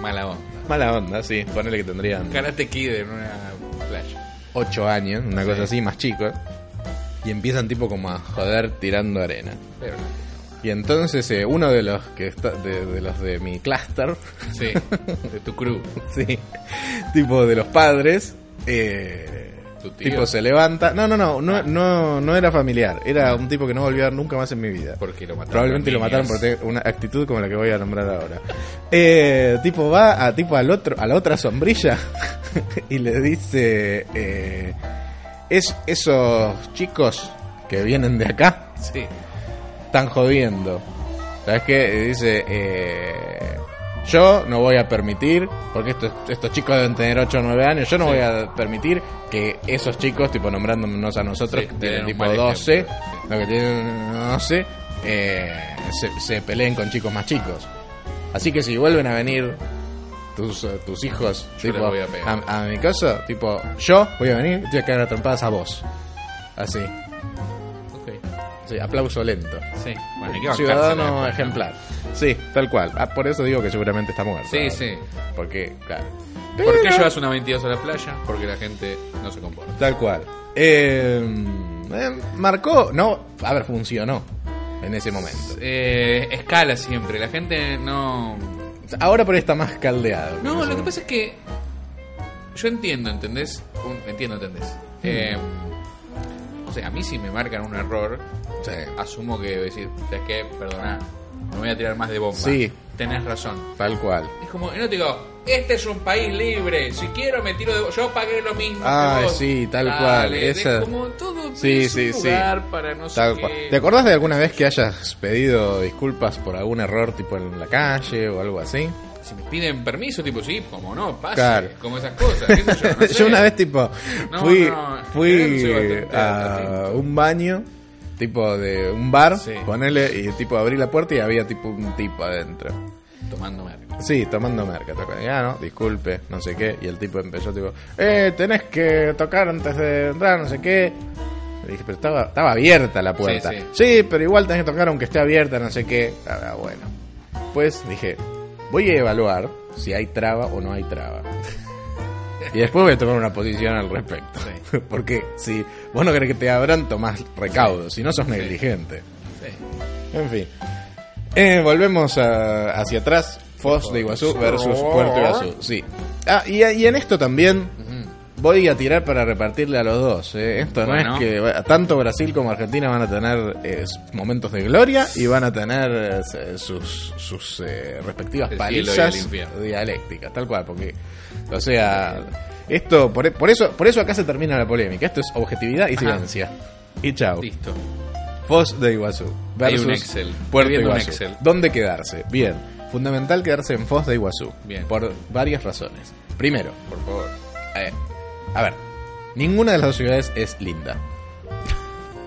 Speaker 2: Mala onda.
Speaker 3: Mala onda, sí, ponele que tendrían
Speaker 2: Karate Kid en una playa.
Speaker 3: 8 años, una
Speaker 2: Sí.
Speaker 3: cosa así, más chicos. Y empiezan tipo como a joder tirando arena.
Speaker 2: Pero no.
Speaker 3: Y entonces eh, uno de los que está, de- de los de mi cluster, [laughs]
Speaker 2: Sí, [laughs] de tu crew.
Speaker 3: Sí. Tipo de los padres. eh,
Speaker 2: ¿Tu tío? Ah.
Speaker 3: tipo se levanta. No, no, no, no, no, no era familiar. Era un tipo que no volvió a ver nunca más en mi vida.
Speaker 2: Porque lo mataron.
Speaker 3: Probablemente lo
Speaker 2: niños.
Speaker 3: mataron por tener una actitud como la que voy a nombrar ahora. Eh, tipo va a tipo al otro, a la otra sombrilla [laughs] y le dice eh, es esos chicos que vienen de acá
Speaker 2: Sí.
Speaker 3: están jodiendo. ¿Sabes qué? Y Dice, eh, yo no voy a permitir, porque estos, estos chicos deben tener 8 o 9 años, yo no voy a permitir que esos chicos, tipo nombrándonos a nosotros,
Speaker 2: Sí,
Speaker 3: que
Speaker 2: tienen
Speaker 3: tienen
Speaker 2: un
Speaker 3: tipo
Speaker 2: mal
Speaker 3: 12,
Speaker 2: ejemplo, sí.
Speaker 3: no, que tienen 12, eh, se, se peleen con chicos más chicos. Así que si vuelven a venir tus, eh, tus hijos
Speaker 2: Yo
Speaker 3: tipo,
Speaker 2: les voy a pegar.
Speaker 3: a, a mi casa, tipo, yo voy a venir, te voy a caer a trompadas a vos. Así,
Speaker 2: Ok.
Speaker 3: sí, aplauso lento.
Speaker 2: Sí. Bueno, hay que
Speaker 3: Ciudadano
Speaker 2: bancársela.
Speaker 3: ejemplar. Sí, tal cual. Ah, por eso digo que seguramente está muerto.
Speaker 2: Sí, sí.
Speaker 3: Porque, claro.
Speaker 2: ¿Por qué llevas una 22 a la playa? Porque la gente no se comporta.
Speaker 3: Tal cual. Eh, eh, marcó. No, a ver, funcionó en ese momento.
Speaker 2: Eh, escala siempre. La gente no.
Speaker 3: Ahora por ahí está más caldeado.
Speaker 2: No, lo que pasa es que. Yo entiendo, ¿entendés? Un- entiendo, ¿entendés? Eh, o sea, a mí si me marcan un error,
Speaker 3: Sí.
Speaker 2: asumo que decir, ¿sabes qué? Perdona, me voy a tirar más de bomba.
Speaker 3: Sí.
Speaker 2: Tenés razón.
Speaker 3: Tal cual.
Speaker 2: Es como, yo no te digo, este es un país libre, si quiero me tiro de bo- Yo pagué lo mismo. que
Speaker 3: Ah,
Speaker 2: vos".
Speaker 3: sí, tal
Speaker 2: Dale,
Speaker 3: cual,
Speaker 2: es
Speaker 3: esa-
Speaker 2: como todo
Speaker 3: Sí,
Speaker 2: es un
Speaker 3: sí, sí.
Speaker 2: lugar para no sé
Speaker 3: Tal
Speaker 2: qué.
Speaker 3: cual. ¿Te acordás de alguna vez que hayas pedido disculpas por algún error tipo en la calle o algo así?
Speaker 2: Si me piden permiso, tipo, sí, como no, pase,
Speaker 3: Claro.
Speaker 2: como esas cosas. qué sé yo, no
Speaker 3: [laughs]
Speaker 2: sé.
Speaker 3: yo una vez tipo
Speaker 2: No, no,
Speaker 3: fui
Speaker 2: en general soy
Speaker 3: fui
Speaker 2: bastante
Speaker 3: a un baño tipo de un bar
Speaker 2: Sí.
Speaker 3: ponele y tipo abrí la puerta y había tipo un tipo adentro
Speaker 2: Tomándome algo.
Speaker 3: sí tomando merca tocando ya no disculpe no sé qué y el tipo empezó tipo eh tenés que tocar antes de entrar no sé qué le dije pero estaba estaba abierta la puerta
Speaker 2: Sí,
Speaker 3: sí, pero igual tenés que tocar aunque esté abierta no sé qué ah, bueno pues dije voy a evaluar si hay traba o no hay
Speaker 2: [laughs]
Speaker 3: traba y después voy a tomar una posición al respecto. [laughs] Porque si vos no querés que te abran, tomás recaudo. Si no, sos negligente.
Speaker 2: Sí.
Speaker 3: En fin. Eh, volvemos a- hacia atrás. Foz de Iguazú versus Puerto Iguazú. Sí. Ah, y, y en esto también
Speaker 2: Mm,
Speaker 3: voy a tirar para repartirle a los dos. eh. Esto no
Speaker 2: Bueno.
Speaker 3: es que va- tanto Brasil como Argentina van a tener eh, momentos de gloria y van a tener eh, sus, sus eh, respectivas
Speaker 2: El cielo y el
Speaker 3: palizas
Speaker 2: infierno.
Speaker 3: dialécticas, tal cual, porque, o sea, esto, por, por eso, por eso acá se termina la polémica. Esto es objetividad y ciencia. Y chao.
Speaker 2: Listo.
Speaker 3: Foz de Iguazú versus
Speaker 2: Hay un Excel.
Speaker 3: Puerto
Speaker 2: Estoy viendo un
Speaker 3: Iguazú.
Speaker 2: Excel.
Speaker 3: ¿Dónde quedarse? Bien. Fundamental quedarse en Foz de Iguazú.
Speaker 2: Bien.
Speaker 3: Por varias razones. Primero,
Speaker 2: Por favor.
Speaker 3: eh, a ver, ninguna de las dos ciudades es linda.
Speaker 2: [laughs]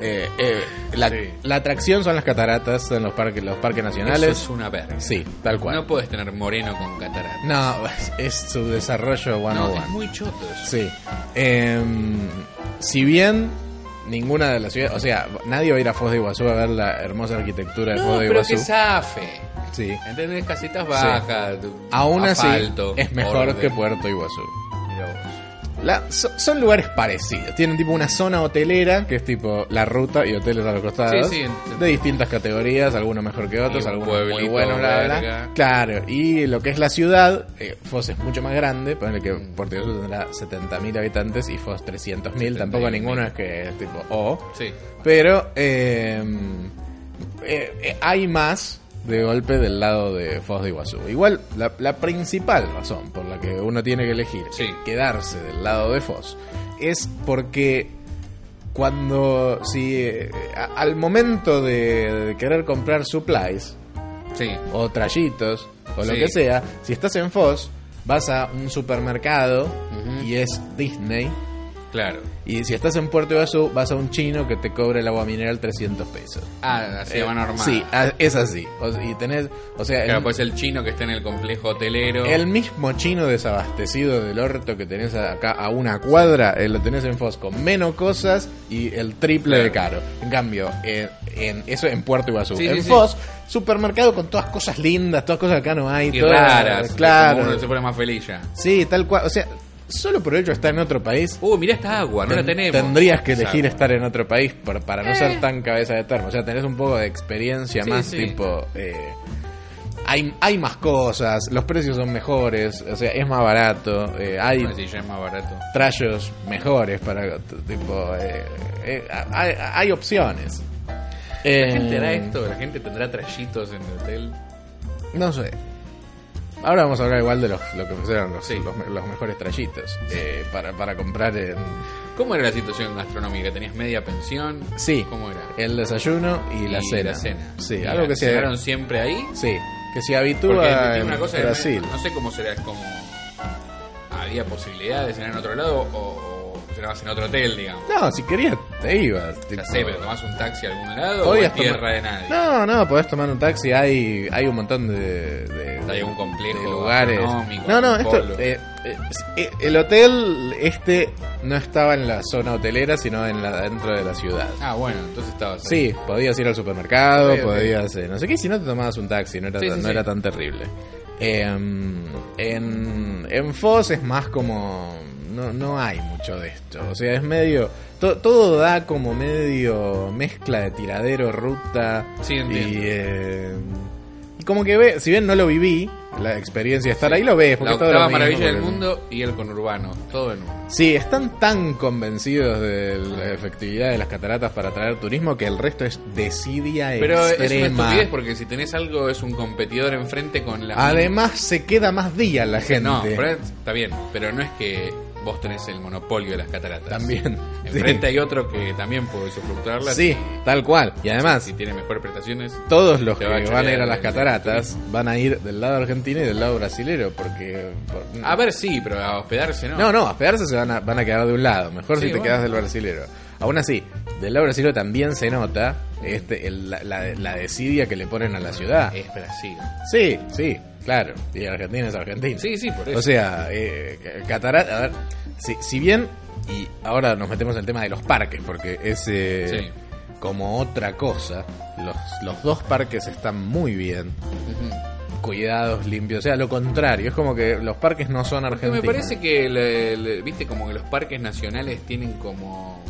Speaker 3: Eh, eh, la,
Speaker 2: Sí.
Speaker 3: la atracción son las cataratas, son los parques, los parques nacionales.
Speaker 2: Eso es una verga.
Speaker 3: Sí, tal cual.
Speaker 2: No puedes tener moreno con catarata.
Speaker 3: No, es, es su desarrollo one
Speaker 2: No,
Speaker 3: on one.
Speaker 2: es muy choto eso.
Speaker 3: Sí. Eh, si bien ninguna de las ciudades, o sea, nadie va a ir a Foz de Iguazú a ver la hermosa arquitectura de
Speaker 2: No,
Speaker 3: Foz de
Speaker 2: pero que
Speaker 3: Iguazú.
Speaker 2: zafe.
Speaker 3: Sí.
Speaker 2: ¿Entendés? Casitas bajas.
Speaker 3: Aún
Speaker 2: asfalto,
Speaker 3: así, es mejor
Speaker 2: orden.
Speaker 3: que Puerto Iguazú.
Speaker 2: Mirá vos.
Speaker 3: La- so- son lugares parecidos. Tienen tipo una zona hotelera, que es tipo la ruta y hoteles a los costados.
Speaker 2: Sí, sí, entiendo.
Speaker 3: de distintas categorías, algunos mejor que otros,
Speaker 2: Y un
Speaker 3: algunos muy
Speaker 2: pueblito
Speaker 3: buenos, bla, bla, bla.
Speaker 2: verga.
Speaker 3: Claro, y lo que es la ciudad, eh, Foz es mucho más grande, ponele que Puerto Iguazú tendrá 70.000 habitantes y Foz 300.000. Tampoco
Speaker 2: 71.000.
Speaker 3: ninguno es que es tipo, oh.
Speaker 2: Sí.
Speaker 3: Pero eh, eh, eh, hay más de golpe del lado de Foz de Iguazú. Igual, la, la principal razón por la que uno tiene que elegir
Speaker 2: Sí.
Speaker 3: quedarse del lado de Foz es porque cuando, si eh, a- al momento de, de querer comprar supplies
Speaker 2: Sí.
Speaker 3: o trayitos o lo
Speaker 2: Sí.
Speaker 3: que sea, si estás en Foz, vas a un supermercado y es Disney
Speaker 2: Claro.
Speaker 3: Y si estás en Puerto Vaso, vas a un chino que te cobra el agua mineral 300 pesos.
Speaker 2: Ah, así
Speaker 3: Eh,
Speaker 2: va normal.
Speaker 3: Sí, a- es así. O sea, y tenés, o sea,
Speaker 2: Claro,
Speaker 3: el,
Speaker 2: pues el chino que está en el complejo hotelero.
Speaker 3: el mismo chino desabastecido del orto que tenés acá a una cuadra, eh, lo tenés en Fosco. Menos cosas y el triple de caro. En cambio, eh, en, eso en Puerto Iguazú.
Speaker 2: Sí, sí,
Speaker 3: en
Speaker 2: sí.
Speaker 3: Fos, supermercado con todas cosas lindas, todas cosas que acá no hay.
Speaker 2: y
Speaker 3: todas-
Speaker 2: raras.
Speaker 3: eh, Claro.
Speaker 2: como Uno se pone más feliz ya.
Speaker 3: Sí, tal cual. O sea, solo por el hecho de estar en otro país,
Speaker 2: Uh, mirá esta agua, no la
Speaker 3: Ten-
Speaker 2: tenemos.
Speaker 3: Tendrías que elegir este
Speaker 2: Exacto.
Speaker 3: estar en otro país por- para no ser tan cabeza de termo. O sea, tenés un poco de experiencia
Speaker 2: Sí,
Speaker 3: más
Speaker 2: sí.
Speaker 3: tipo... eh, hay, hay más cosas, los precios son mejores, o sea, es más barato, eh, hay
Speaker 2: Así ya es más barato.
Speaker 3: trayos mejores para... t- tipo eh, eh, hay, hay opciones. Eh.
Speaker 2: ¿La gente hará esto? ¿La gente tendrá trayitos en el hotel?
Speaker 3: No sé. Ahora vamos a hablar igual de los, lo que ofrecieron los,
Speaker 2: Sí.
Speaker 3: los, me- los mejores trayitos eh, para, para comprar en...
Speaker 2: ¿Cómo era la situación gastronómica? ¿Tenías media pensión?
Speaker 3: Sí.
Speaker 2: ¿Cómo era?
Speaker 3: El desayuno y la
Speaker 2: Y
Speaker 3: cena.
Speaker 2: La cena.
Speaker 3: Sí,
Speaker 2: ¿Y
Speaker 3: algo
Speaker 2: la
Speaker 3: que se
Speaker 2: cenaron siempre ahí?
Speaker 3: Sí, que se
Speaker 2: Porque
Speaker 3: habitúa
Speaker 2: tiene
Speaker 3: en
Speaker 2: una cosa que
Speaker 3: Brasil.
Speaker 2: no, no sé cómo será, es como había posibilidad de cenar en otro lado o, o cenabas en otro hotel, digamos.
Speaker 3: No, si querías te ibas. tipo.
Speaker 2: Ya sé, pero tomás un taxi a algún lado o
Speaker 3: Podías
Speaker 2: en tierra
Speaker 3: tomar-
Speaker 2: de nadie.
Speaker 3: No, no, podés tomar un taxi, hay hay un montón de, de-
Speaker 2: Hay un complejo
Speaker 3: de lugares.
Speaker 2: gastronómico,
Speaker 3: No, no,
Speaker 2: un
Speaker 3: esto
Speaker 2: polo.
Speaker 3: eh, eh, eh, el hotel este no estaba en la zona hotelera, sino en la dentro de la ciudad.
Speaker 2: Ah, bueno, entonces estabas ahí.
Speaker 3: Sí, podías ir al supermercado,
Speaker 2: Ok, ok.
Speaker 3: podías eh, no sé qué, si no te tomabas un taxi, no era,
Speaker 2: Sí,
Speaker 3: tan,
Speaker 2: sí,
Speaker 3: no
Speaker 2: sí.
Speaker 3: era tan terrible. Em, en, en Foz es más como... No, no hay mucho de esto, o sea, es medio... to- todo da como medio mezcla de tiradero, ruta
Speaker 2: Sí,
Speaker 3: y...
Speaker 2: entiendo.
Speaker 3: eh, y como que ve, si bien no lo viví, la experiencia de estar ahí lo ves. Porque
Speaker 2: La
Speaker 3: es todo lo
Speaker 2: octava
Speaker 3: mismo,
Speaker 2: maravilla del
Speaker 3: porque-
Speaker 2: mundo y el conurbano, todo en uno.
Speaker 3: Sí, están tan convencidos de la efectividad de las cataratas para atraer turismo que el resto es desidia
Speaker 2: Pero es una
Speaker 3: extrema.
Speaker 2: estupidez porque si tenés algo es un competidor enfrente con la...
Speaker 3: Además, se queda más día la gente.
Speaker 2: No, pero está bien, pero no es que vos tenés el monopolio de las cataratas.
Speaker 3: También. [laughs]
Speaker 2: Enfrente hay otro que también puede usufructarlas.
Speaker 3: Sí, tal cual. Y además,
Speaker 2: Si tiene mejores prestaciones.
Speaker 3: todos los
Speaker 2: Te
Speaker 3: que
Speaker 2: va a
Speaker 3: van a ir
Speaker 2: chorear
Speaker 3: a las
Speaker 2: el
Speaker 3: cataratas van a ir del lado argentino y del lado brasilero. Porque. por-
Speaker 2: A ver, sí, pero a hospedarse no.
Speaker 3: No, no, a hospedarse se van a, van a quedar de un lado. Mejor
Speaker 2: Sí,
Speaker 3: si te
Speaker 2: bueno.
Speaker 3: quedas del brasilero. Aún así, del lado brasilero también se nota este, el- la, la- la desidia que le ponen a la ciudad.
Speaker 2: Es Brasil.
Speaker 3: Sí, sí, claro. Y Argentina es Argentina.
Speaker 2: Sí, sí, por eso.
Speaker 3: O sea, eh, Catarata, a ver, si, si bien, y ahora nos metemos en el tema de los parques, porque es eh,
Speaker 2: Sí.
Speaker 3: como otra cosa, los, los dos parques están muy bien, cuidados, limpios, o sea, lo contrario, es como que los parques no son
Speaker 2: Porque
Speaker 3: argentinos.
Speaker 2: me parece que, le- le- viste, como que los parques nacionales tienen como,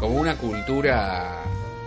Speaker 2: como una cultura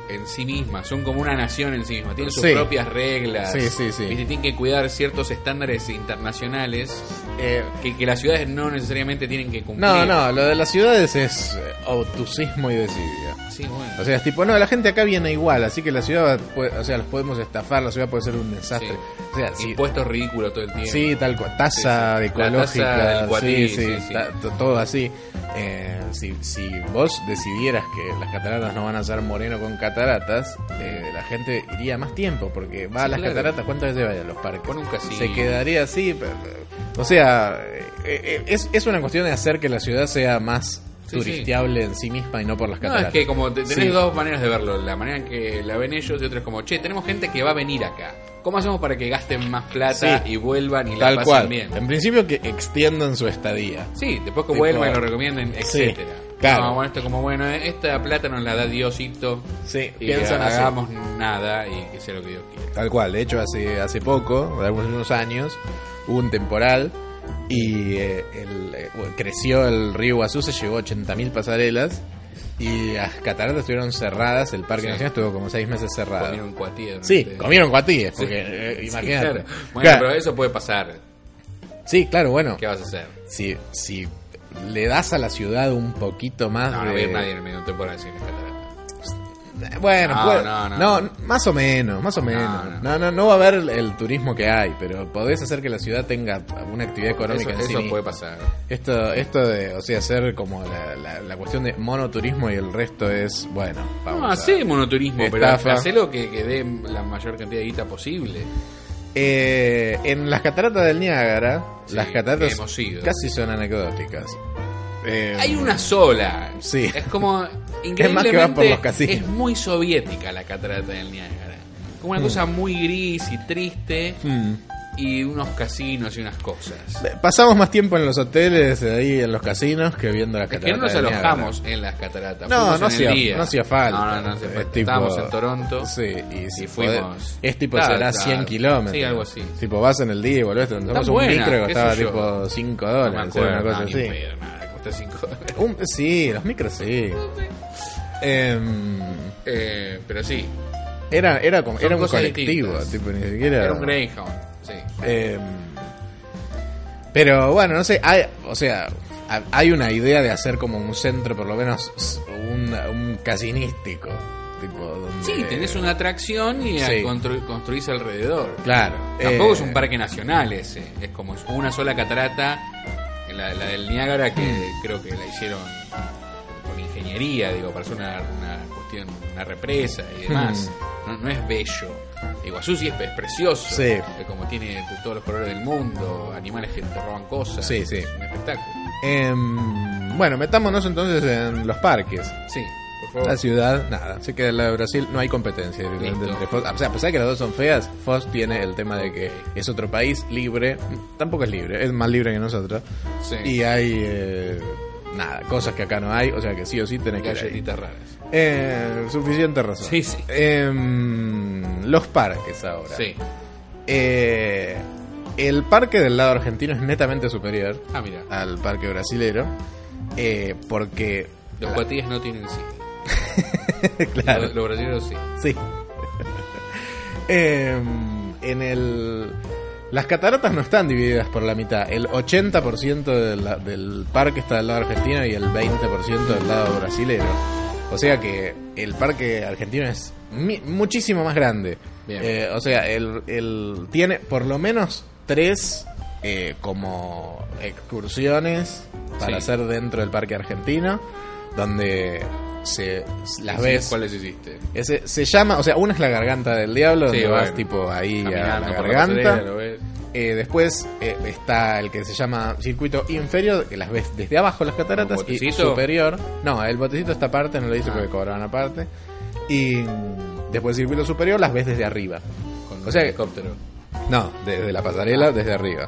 Speaker 2: en sí misma, son como una nación en sí misma, tienen sus
Speaker 3: Sí.
Speaker 2: propias reglas,
Speaker 3: Sí, sí, sí.
Speaker 2: ¿viste? tienen que cuidar ciertos estándares internacionales
Speaker 3: Eh,
Speaker 2: que, que las ciudades no necesariamente tienen que cumplir.
Speaker 3: no, no, lo de las ciudades es eh, obtusismo y desidia.
Speaker 2: Sí, bueno.
Speaker 3: O sea, es tipo, no, la gente acá viene igual, así que la ciudad, puede- o sea, los podemos estafar, la ciudad puede ser un desastre.
Speaker 2: Sí.
Speaker 3: O sea, si-
Speaker 2: Impuestos ridículos todo el tiempo.
Speaker 3: Sí, tal cual. Tasa
Speaker 2: Sí, sí. La
Speaker 3: ecológica.
Speaker 2: tasa del
Speaker 3: sí,
Speaker 2: cuatí,
Speaker 3: sí,
Speaker 2: sí, sí.
Speaker 3: ta- to- todo así. Eh, si, si vos decidieras que las cataratas no van a ser moreno con cataratas, eh, la gente iría más tiempo porque va a
Speaker 2: Sí,
Speaker 3: las
Speaker 2: claro.
Speaker 3: cataratas. ¿Cuántas veces va a los parques?
Speaker 2: Con un casino.
Speaker 3: Se quedaría así. pero- O sea, eh, eh, es, es una cuestión de hacer que la ciudad sea más
Speaker 2: Sí,
Speaker 3: turisteable en sí misma y no por las
Speaker 2: No, es
Speaker 3: cataratas.
Speaker 2: que como te- tenés
Speaker 3: Sí.
Speaker 2: dos maneras de verlo, la manera en que la ven ellos y otra es como, che, tenemos gente que va a venir acá. ¿Cómo hacemos para que gasten más plata
Speaker 3: Sí.
Speaker 2: y vuelvan y la
Speaker 3: Tal
Speaker 2: pasen
Speaker 3: cual.
Speaker 2: bien?
Speaker 3: En principio que extiendan su estadía.
Speaker 2: Sí, después que
Speaker 3: Tipo,
Speaker 2: vuelvan y lo recomienden, etcétera.
Speaker 3: claro.
Speaker 2: No, bueno, esto como, bueno, eh, esta plata nos la da Diosito.
Speaker 3: Sí,
Speaker 2: y
Speaker 3: piensan
Speaker 2: que
Speaker 3: así.
Speaker 2: hagamos nada y que sea lo que Dios quiera.
Speaker 3: Tal cual, de hecho hace, hace poco, de algunos años, hubo un temporal y eh, el, eh, bueno, creció el río Guazú, se llevó 80.000 pasarelas y las cataratas estuvieron cerradas, el Parque
Speaker 2: Sí.
Speaker 3: Nacional estuvo como seis meses cerrado.
Speaker 2: Comieron cuatía.
Speaker 3: sí,
Speaker 2: durante-
Speaker 3: comieron cuatíes,
Speaker 2: Sí.
Speaker 3: porque eh,
Speaker 2: Sí,
Speaker 3: imagínate.
Speaker 2: claro. Bueno,
Speaker 3: Claro,
Speaker 2: pero eso puede pasar.
Speaker 3: Sí, claro, bueno,
Speaker 2: ¿Qué vas a hacer?
Speaker 3: si, si le das a la ciudad un poquito más
Speaker 2: No,
Speaker 3: de...
Speaker 2: no va a ir nadie en el medio temporal sin escalar.
Speaker 3: Bueno,
Speaker 2: No,
Speaker 3: puede-
Speaker 2: no, no.
Speaker 3: no, más o menos, más o menos. No no.
Speaker 2: no.
Speaker 3: no, va a haber el turismo que hay, pero podés hacer que la ciudad tenga una actividad
Speaker 2: Eso,
Speaker 3: económica en sí
Speaker 2: eso
Speaker 3: misma.
Speaker 2: puede pasar.
Speaker 3: Esto, esto de, o sea, hacer como la, la- la cuestión de monoturismo y el resto es, bueno, vamos.
Speaker 2: No,
Speaker 3: a-
Speaker 2: hace monoturismo,
Speaker 3: Estafa.
Speaker 2: pero hacelo que, que dé la mayor cantidad de guita posible.
Speaker 3: Eh, en las cataratas del Niágara,
Speaker 2: Sí,
Speaker 3: las cataratas
Speaker 2: hemos ido.
Speaker 3: casi son anecdóticas. eh,
Speaker 2: Hay una sola.
Speaker 3: Sí.
Speaker 2: Es
Speaker 3: [laughs]
Speaker 2: como
Speaker 3: que va por los
Speaker 2: increíblemente
Speaker 3: casinos.
Speaker 2: es muy soviética la catarata del Niágara. Como
Speaker 3: Mm.
Speaker 2: una cosa muy gris y triste y unos casinos y unas cosas.
Speaker 3: Pasamos más tiempo en los hoteles, eh, ahí en los casinos, que viendo las
Speaker 2: Es
Speaker 3: cataratas.
Speaker 2: que no nos
Speaker 3: del Niágara.
Speaker 2: alojamos en las cataratas.
Speaker 3: No,
Speaker 2: fuimos
Speaker 3: no
Speaker 2: en el
Speaker 3: hacía,
Speaker 2: día.
Speaker 3: no hacía falta.
Speaker 2: No, no, no hacía
Speaker 3: Es
Speaker 2: falta.
Speaker 3: tipo-
Speaker 2: Estábamos en Toronto.
Speaker 3: Sí, y si
Speaker 2: Y fuimos.
Speaker 3: podés- Es tipo,
Speaker 2: Claro,
Speaker 3: será
Speaker 2: claro.
Speaker 3: 100 kilómetros.
Speaker 2: Sí, algo así.
Speaker 3: Tipo, vas en el día y volvés. te tomás un
Speaker 2: buena,
Speaker 3: micro que
Speaker 2: qué
Speaker 3: costaba
Speaker 2: sé yo.
Speaker 3: tipo 5
Speaker 2: No me
Speaker 3: dólares.
Speaker 2: acuerdo,
Speaker 3: una cosa
Speaker 2: no, ni
Speaker 3: así.
Speaker 2: en pedo, nada, cuesta cinco dólares.
Speaker 3: Un- sí, los micros sí. Em,
Speaker 2: Eh, pero sí,
Speaker 3: era, era, como-
Speaker 2: Son
Speaker 3: era un
Speaker 2: cosas
Speaker 3: colectivo,
Speaker 2: distintas.
Speaker 3: tipo, ni siquiera.
Speaker 2: era un Greyhound. Sí.
Speaker 3: Em, pero bueno, no sé, hay, o sea, ha- hay una idea de hacer como un centro, por lo menos s- un, un casinístico. Tipo, donde,
Speaker 2: Sí, tenés una atracción y
Speaker 3: Eh, sí.
Speaker 2: constru- construís alrededor.
Speaker 3: Claro.
Speaker 2: Tampoco
Speaker 3: eh,
Speaker 2: es un parque nacional ese. Es como una sola catarata, la, la del Niágara, que
Speaker 3: Hmm.
Speaker 2: creo que la hicieron con ingeniería, digo, para hacer una, una cuestión, una represa y demás. No, no es bello. Iguazú sí es, es precioso.
Speaker 3: Hmm. Sí.
Speaker 2: eh, Como tiene de todos los colores del mundo, animales que te roban cosas.
Speaker 3: Sí, sí.
Speaker 2: Es un espectáculo.
Speaker 3: em, bueno, metámonos entonces en los parques.
Speaker 2: Sí, por favor.
Speaker 3: La ciudad, nada. Sé que de la de Brasil no hay competencia directamente
Speaker 2: Listo.
Speaker 3: entre Foz. O sea, a pesar de que las dos son feas, Foz tiene el tema de que es otro país libre. Tampoco es libre, es más libre que nosotros.
Speaker 2: Sí.
Speaker 3: Y hay, eh, nada, cosas que acá no hay. O sea que sí o sí tenés que ir ahí.
Speaker 2: Galletitas raras.
Speaker 3: Eh, suficiente razón.
Speaker 2: Sí, sí.
Speaker 3: Em, los parques ahora.
Speaker 2: Sí.
Speaker 3: Eh, el parque del lado argentino es netamente superior
Speaker 2: Ah, mira.
Speaker 3: al parque brasilero. eh, porque.
Speaker 2: Los cuatíes no tienen cine.
Speaker 3: [laughs] claro.
Speaker 2: Los, los brasileños sí.
Speaker 3: Sí. Em, en el. Las cataratas no están divididas por la mitad. El 80% de la- del parque está del lado argentino y el 20% del lado brasilero. O sea que el parque argentino es mi- muchísimo más grande.
Speaker 2: Bien.
Speaker 3: Eh, o sea, el, el- tiene por lo menos tres eh, como excursiones para
Speaker 2: Sí.
Speaker 3: hacer dentro del parque argentino, donde se las
Speaker 2: Sí,
Speaker 3: ves
Speaker 2: ¿Cuáles hiciste?
Speaker 3: ese se llama, o sea, una es la garganta del diablo,
Speaker 2: Sí,
Speaker 3: donde
Speaker 2: bueno.
Speaker 3: vas tipo ahí a la
Speaker 2: Caminando por la
Speaker 3: garganta.
Speaker 2: pasarela, lo ves.
Speaker 3: Eh, después eh, está el que se llama circuito inferior, que las ves desde abajo las cataratas,
Speaker 2: ¿Como
Speaker 3: y
Speaker 2: botecito?
Speaker 3: superior. No, el botecito está aparte, no lo hice
Speaker 2: Ah.
Speaker 3: porque cobraban aparte. Y mm, después circuito superior las ves desde arriba.
Speaker 2: Con
Speaker 3: O sea,
Speaker 2: un helicóptero.
Speaker 3: No, desde la pasarela, desde arriba.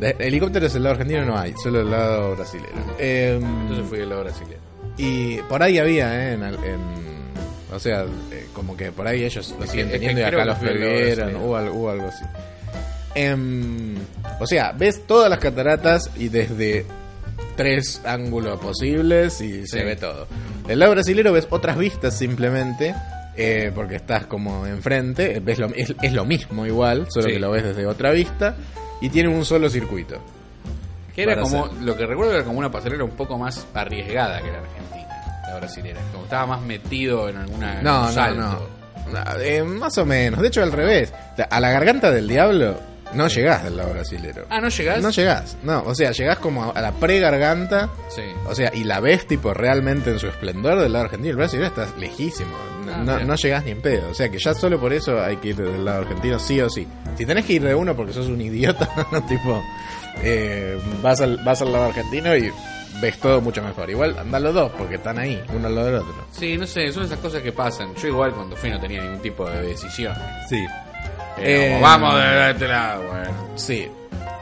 Speaker 3: De- helicópteros del lado argentino no hay, solo del lado brasilero. Em,
Speaker 2: Entonces fui a la brasileña.
Speaker 3: y por ahí había, ¿eh? En, al- en- o sea, eh, como que por ahí ellos lo
Speaker 2: Es
Speaker 3: siguen
Speaker 2: que- es
Speaker 3: teniendo y
Speaker 2: que
Speaker 3: acá
Speaker 2: creo
Speaker 3: los
Speaker 2: que fui luego
Speaker 3: perdieron
Speaker 2: de
Speaker 3: o algo, o algo así. Em, o sea, ves todas las cataratas y desde tres ángulos posibles y se ve todo. Del lado brasilero ves otras vistas simplemente. eh, porque estás como enfrente, ves lo, es, es lo mismo igual, solo
Speaker 2: Sí.
Speaker 3: que lo ves desde otra vista y tiene un solo circuito.
Speaker 2: Que era
Speaker 3: Para
Speaker 2: como, lo que recuerdo era como una pasarela un poco más arriesgada que la argentina, la brasilera. Como estaba más metido en alguna. en
Speaker 3: No,
Speaker 2: un
Speaker 3: no,
Speaker 2: salto.
Speaker 3: no. No, eh, más o menos. De hecho, al revés. O sea, A la garganta del diablo no llegás del lado brasilero.
Speaker 2: Ah, ¿no llegás?
Speaker 3: No llegás. No, o sea, llegás como a la pre-garganta.
Speaker 2: Sí.
Speaker 3: O sea, y la ves tipo realmente en su esplendor del lado argentino. El brasilero está lejísimo. No,
Speaker 2: Ah,
Speaker 3: no,
Speaker 2: bien.
Speaker 3: no llegás ni en pedo. O sea, que ya solo por eso hay que ir del lado argentino sí o sí. Si tenés que ir de uno porque sos un idiota, [laughs] ¿no? tipo, eh, vas, al, vas al lado argentino y ves todo mucho mejor. Igual andan los dos porque están ahí, uno al lado del otro.
Speaker 2: Sí, no sé, son esas cosas que pasan. Yo igual cuando fui no tenía ningún tipo de decisión.
Speaker 3: Sí.
Speaker 2: Era como,
Speaker 3: Eh,
Speaker 2: vamos de este lado, bueno.
Speaker 3: Sí.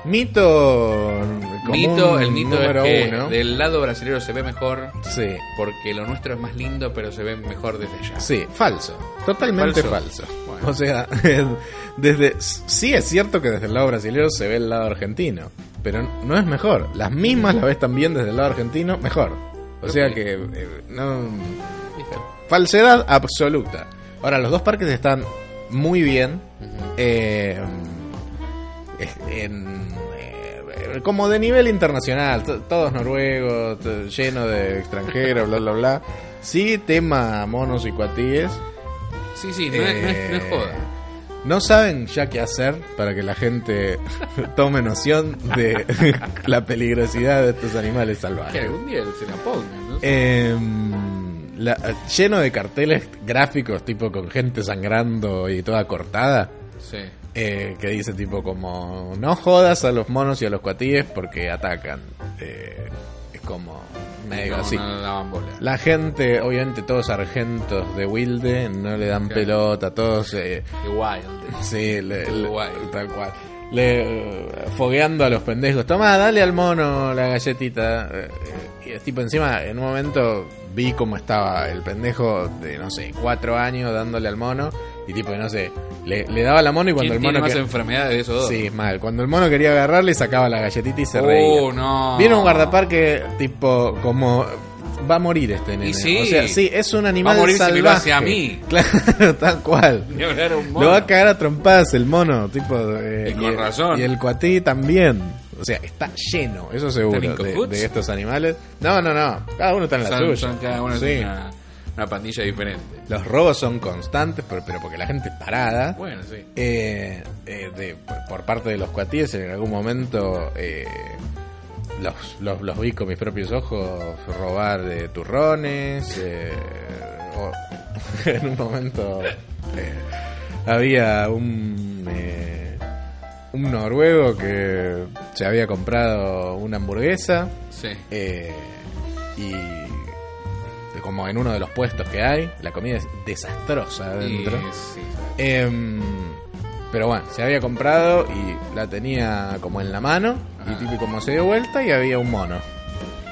Speaker 3: Mito. común
Speaker 2: Mito, el mito
Speaker 3: número
Speaker 2: es que
Speaker 3: uno.
Speaker 2: del lado brasilero se ve mejor
Speaker 3: Sí.
Speaker 2: porque lo nuestro es más lindo, pero se ve mejor desde allá.
Speaker 3: Sí, falso. Totalmente
Speaker 2: Falso.
Speaker 3: falso.
Speaker 2: Bueno.
Speaker 3: [laughs] O sea, desde sí es cierto que desde el lado brasileño se ve el lado argentino, pero no es mejor. Las mismas las ves también desde el lado argentino, mejor. O sea
Speaker 2: Ok.
Speaker 3: que eh, no
Speaker 2: Listo.
Speaker 3: Falsedad absoluta. Ahora, los dos parques están muy bien. eh, en, eh, como de nivel internacional. to- Todos noruegos, to- lleno de extranjeros, bla, bla, bla. Sí, tema monos y cuatíes.
Speaker 2: Sí, sí, no, es, no es- no es
Speaker 3: Eh,
Speaker 2: joda.
Speaker 3: No saben ya qué hacer para que la gente [laughs] tome noción de [laughs] la peligrosidad de estos animales
Speaker 2: Que
Speaker 3: salvajes.
Speaker 2: algún día se la pongan,
Speaker 3: Eh,
Speaker 2: ¿no?
Speaker 3: Em, la- lleno de carteles gráficos, tipo con gente sangrando y toda cortada.
Speaker 2: Sí.
Speaker 3: eh, que dice tipo como no jodas a los monos y a los cuatíes porque atacan. Eh, es como medio
Speaker 2: no,
Speaker 3: así.
Speaker 2: no le daban bola.
Speaker 3: La gente, obviamente todos sargentos de Wilde, no le dan
Speaker 2: Claro.
Speaker 3: pelota, todos... eh,
Speaker 2: The Wild.
Speaker 3: sí, le-
Speaker 2: Tal
Speaker 3: le-
Speaker 2: cual.
Speaker 3: tal cual. Le, eh, fogueando a los pendejos. Tomá, dale al mono la galletita. eh, eh, Y tipo, encima, en un momento vi cómo estaba el pendejo de, no sé, cuatro años dándole al mono. Y tipo, no sé, le, le daba la mono y cuando
Speaker 2: ¿Quién
Speaker 3: el
Speaker 2: tiene
Speaker 3: mono...
Speaker 2: más
Speaker 3: que-
Speaker 2: enfermedades de esos dos?
Speaker 3: Sí, mal. Cuando el mono quería agarrarle, sacaba la galletita y se
Speaker 2: oh,
Speaker 3: reía.
Speaker 2: no.
Speaker 3: Viene un guardaparque tipo como va a morir este nene.
Speaker 2: Y sí.
Speaker 3: O sea, sí, es un animal
Speaker 2: Va a morir si
Speaker 3: salvaje.
Speaker 2: me lo hace a mí.
Speaker 3: [laughs] Claro, tal cual.
Speaker 2: Ni hablar a un mono.
Speaker 3: Lo va a cagar a trompadas el mono, tipo eh,
Speaker 2: Y con
Speaker 3: el-
Speaker 2: razón.
Speaker 3: Y el cuatí también. O sea, está lleno, eso seguro,
Speaker 2: ¿Están en
Speaker 3: de,
Speaker 2: cojuts?
Speaker 3: de estos animales. No, no, no. Cada uno está en la
Speaker 2: Son-
Speaker 3: suya.
Speaker 2: son cada uno es
Speaker 3: Sí.
Speaker 2: una, una pandilla diferente.
Speaker 3: Los robos son constantes, pero, pero porque la gente es parada.
Speaker 2: Bueno, sí.
Speaker 3: Eh, eh, de- por parte de los cuatíes en algún momento eh, los, los, los vi con mis propios ojos robar de turrones eh, o- [laughs] en un momento eh, había un eh, un noruego que se había comprado una hamburguesa
Speaker 2: Sí.
Speaker 3: eh, y como en uno de los puestos que hay la comida es desastrosa adentro
Speaker 2: Y- sí.
Speaker 3: Em, pero bueno, se había comprado y la tenía como en la mano.
Speaker 2: Ajá.
Speaker 3: Y tipo, como se dio vuelta y había un mono.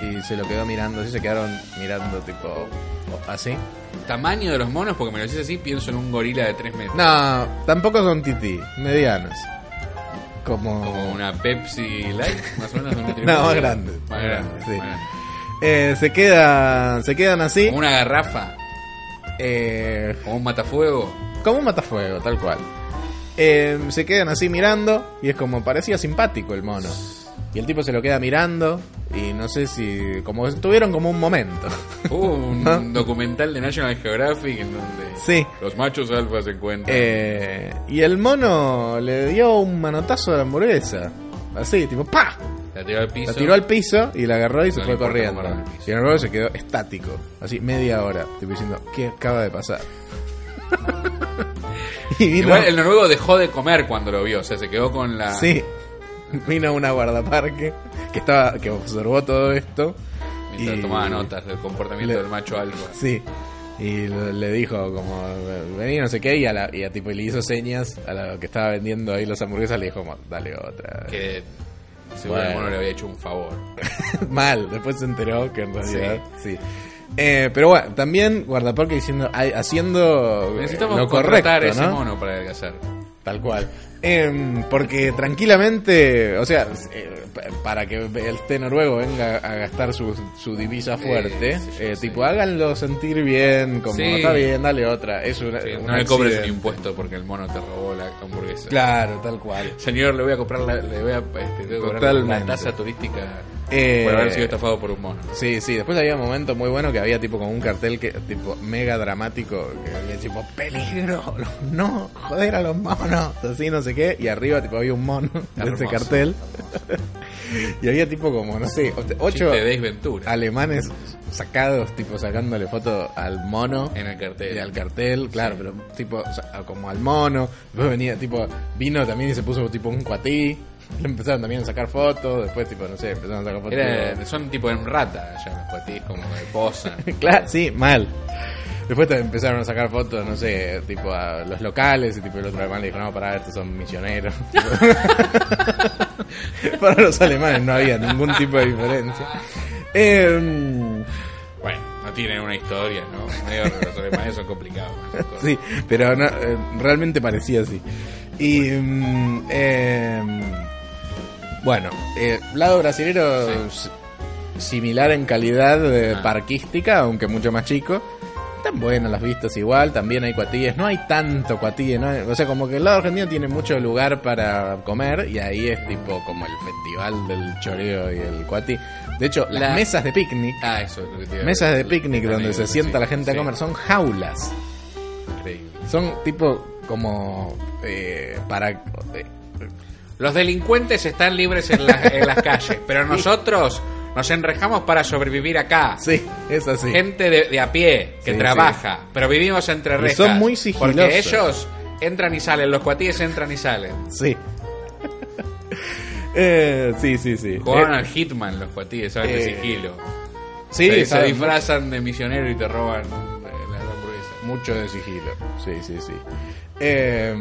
Speaker 3: Y se lo quedó mirando, así se quedaron mirando tipo así.
Speaker 2: Tamaño de los monos, porque me lo decís así, pienso en un gorila de 3 metros.
Speaker 3: No, tampoco son tití, medianos.
Speaker 2: Como una Pepsi Light, más o menos.
Speaker 3: [laughs]
Speaker 2: un triple.
Speaker 3: No, más grande.
Speaker 2: Más grande,
Speaker 3: Sí.
Speaker 2: más grande.
Speaker 3: Eh, se quedan, se quedan así.
Speaker 2: Como una garrafa,
Speaker 3: Eh,
Speaker 2: como un matafuego.
Speaker 3: Como un matafuego, tal cual. Eh, se quedan así mirando y es como parecía simpático el mono. Y el tipo se lo queda mirando y no sé si... Como estuvieron como un momento. [laughs]
Speaker 2: Hubo un
Speaker 3: ¿No?
Speaker 2: documental de National Geographic en donde
Speaker 3: Ah. Sí.
Speaker 2: los machos alfa se encuentran.
Speaker 3: Eh, y el mono le dio un manotazo a la hamburguesa. Así, tipo ¡pa!
Speaker 2: la tiró al piso.
Speaker 3: La tiró al piso y la agarró y se
Speaker 2: No le
Speaker 3: fue
Speaker 2: importa
Speaker 3: corriendo.
Speaker 2: cómo agarró el piso.
Speaker 3: Y el mono se quedó estático. Así media hora. Tipo diciendo, ¿qué acaba de pasar? [laughs] y vino-
Speaker 2: Igual el noruego dejó de comer cuando lo vio, o sea, se quedó con la.
Speaker 3: Sí. Vino una guardaparque que estaba que observó todo esto.
Speaker 2: Mientras
Speaker 3: y-
Speaker 2: tomaba notas del comportamiento
Speaker 3: Le-
Speaker 2: del macho alfa.
Speaker 3: Sí. Y le le dijo como vení no sé qué y a la, y a tipo le hizo señas a la que estaba vendiendo ahí las hamburguesas le dijo como, dale otra.
Speaker 2: Que seguro el
Speaker 3: Bueno. Eh,
Speaker 2: mono le había hecho un favor.
Speaker 3: [laughs] Mal, después se enteró que en realidad sí. Eh, pero bueno, también guardaparque diciendo ay, haciendo eh,
Speaker 2: Necesitamos
Speaker 3: lo correcto,
Speaker 2: contratar a ese
Speaker 3: ¿no? Eh,
Speaker 2: mono para adelgazar.
Speaker 3: Tal cual. Em, porque tranquilamente, o sea, eh, pa- para que el té noruego venga a gastar su, su divisa fuerte,
Speaker 2: Eh, sí, yo
Speaker 3: eh,
Speaker 2: sé.
Speaker 3: tipo, háganlo sentir bien, como
Speaker 2: Sí.
Speaker 3: está bien, dale otra. Es una,
Speaker 2: Sí,
Speaker 3: un
Speaker 2: no le cobres el
Speaker 3: accidente.
Speaker 2: impuesto porque el mono te robó la hamburguesa.
Speaker 3: Claro, tal cual.
Speaker 2: Señor, le voy a comprar la, le voy a, este, tengo que cobrar
Speaker 3: Totalmente.
Speaker 2: la tasa turística
Speaker 3: Eh,
Speaker 2: por haber sido estafado por un mono.
Speaker 3: Sí, sí, después había un momento muy bueno que había tipo como un cartel que tipo mega dramático, que había tipo peligro, no, joder a los monos, así no sé qué, y arriba tipo había un mono [laughs] de
Speaker 2: Hermoso,
Speaker 3: ese cartel. [laughs] y había tipo como, no sé, ocho- ocho
Speaker 2: Chiste de Ventura
Speaker 3: alemanes sacados, tipo sacándole foto al mono
Speaker 2: en el cartel.
Speaker 3: y al cartel, claro, pero tipo o sea, como al mono, después venía tipo vino también y se puso tipo un cuatí, [laughs] le empezaron también a sacar fotos, después tipo no sé, empezaron a sacar fotos. tipo-
Speaker 2: Era- son tipo en rata, ya los cuatís como de
Speaker 3: [laughs]
Speaker 2: posa.
Speaker 3: Claro, sí, mal. Después te empezaron a sacar fotos, no sé, tipo a los locales y tipo el otro alemán le dijo, no, pará, estos son misioneros. [laughs] Para los alemanes no había ningún tipo de diferencia. Eh,
Speaker 2: bueno, no tienen una historia, ¿no? Medio que los alemanes son complicados. con esas cosas.
Speaker 3: [laughs] sí, pero no, eh, realmente parecía así. Y mm, eh, bueno, eh, lado brasilero s- similar en calidad eh,
Speaker 2: Ah.
Speaker 3: parquística, aunque mucho más chico. Tan buenas las vistas igual, también hay cuatillas, no hay tanto cuatillas, ¿no? o sea, como que el lado argentino tiene mucho lugar para comer y ahí es tipo como el festival del choreo y el cuatí. De hecho, las
Speaker 2: La-
Speaker 3: mesas de picnic,
Speaker 2: Ah, eso es lo que te iba a
Speaker 3: mesas de
Speaker 2: decir.
Speaker 3: picnic
Speaker 2: La
Speaker 3: donde se
Speaker 2: anécdota,
Speaker 3: sienta
Speaker 2: sí.
Speaker 3: la gente a
Speaker 2: Sí,
Speaker 3: comer, son jaulas.
Speaker 2: increíble.
Speaker 3: Son tipo como eh, para eh,
Speaker 2: Los delincuentes están libres en, la- en las calles, pero nosotros nos enrejamos para sobrevivir acá.
Speaker 3: sí, es así.
Speaker 2: Gente de, de a pie que
Speaker 3: Sí,
Speaker 2: trabaja, pero vivimos entre
Speaker 3: Y
Speaker 2: rejas.
Speaker 3: son muy sigilosos.
Speaker 2: Porque ellos entran y salen, los cuatíes entran y salen.
Speaker 3: Sí. [laughs] Eh, sí, sí, sí.
Speaker 2: Jugaban
Speaker 3: Eh,
Speaker 2: al Hitman los patines, ¿sabes? de
Speaker 3: eh,
Speaker 2: sigilo.
Speaker 3: sí,
Speaker 2: se, se
Speaker 3: saben
Speaker 2: disfrazan de misionero y te roban eh, las hamburguesas.
Speaker 3: Mucho de sigilo. Sí, sí, sí. Eh,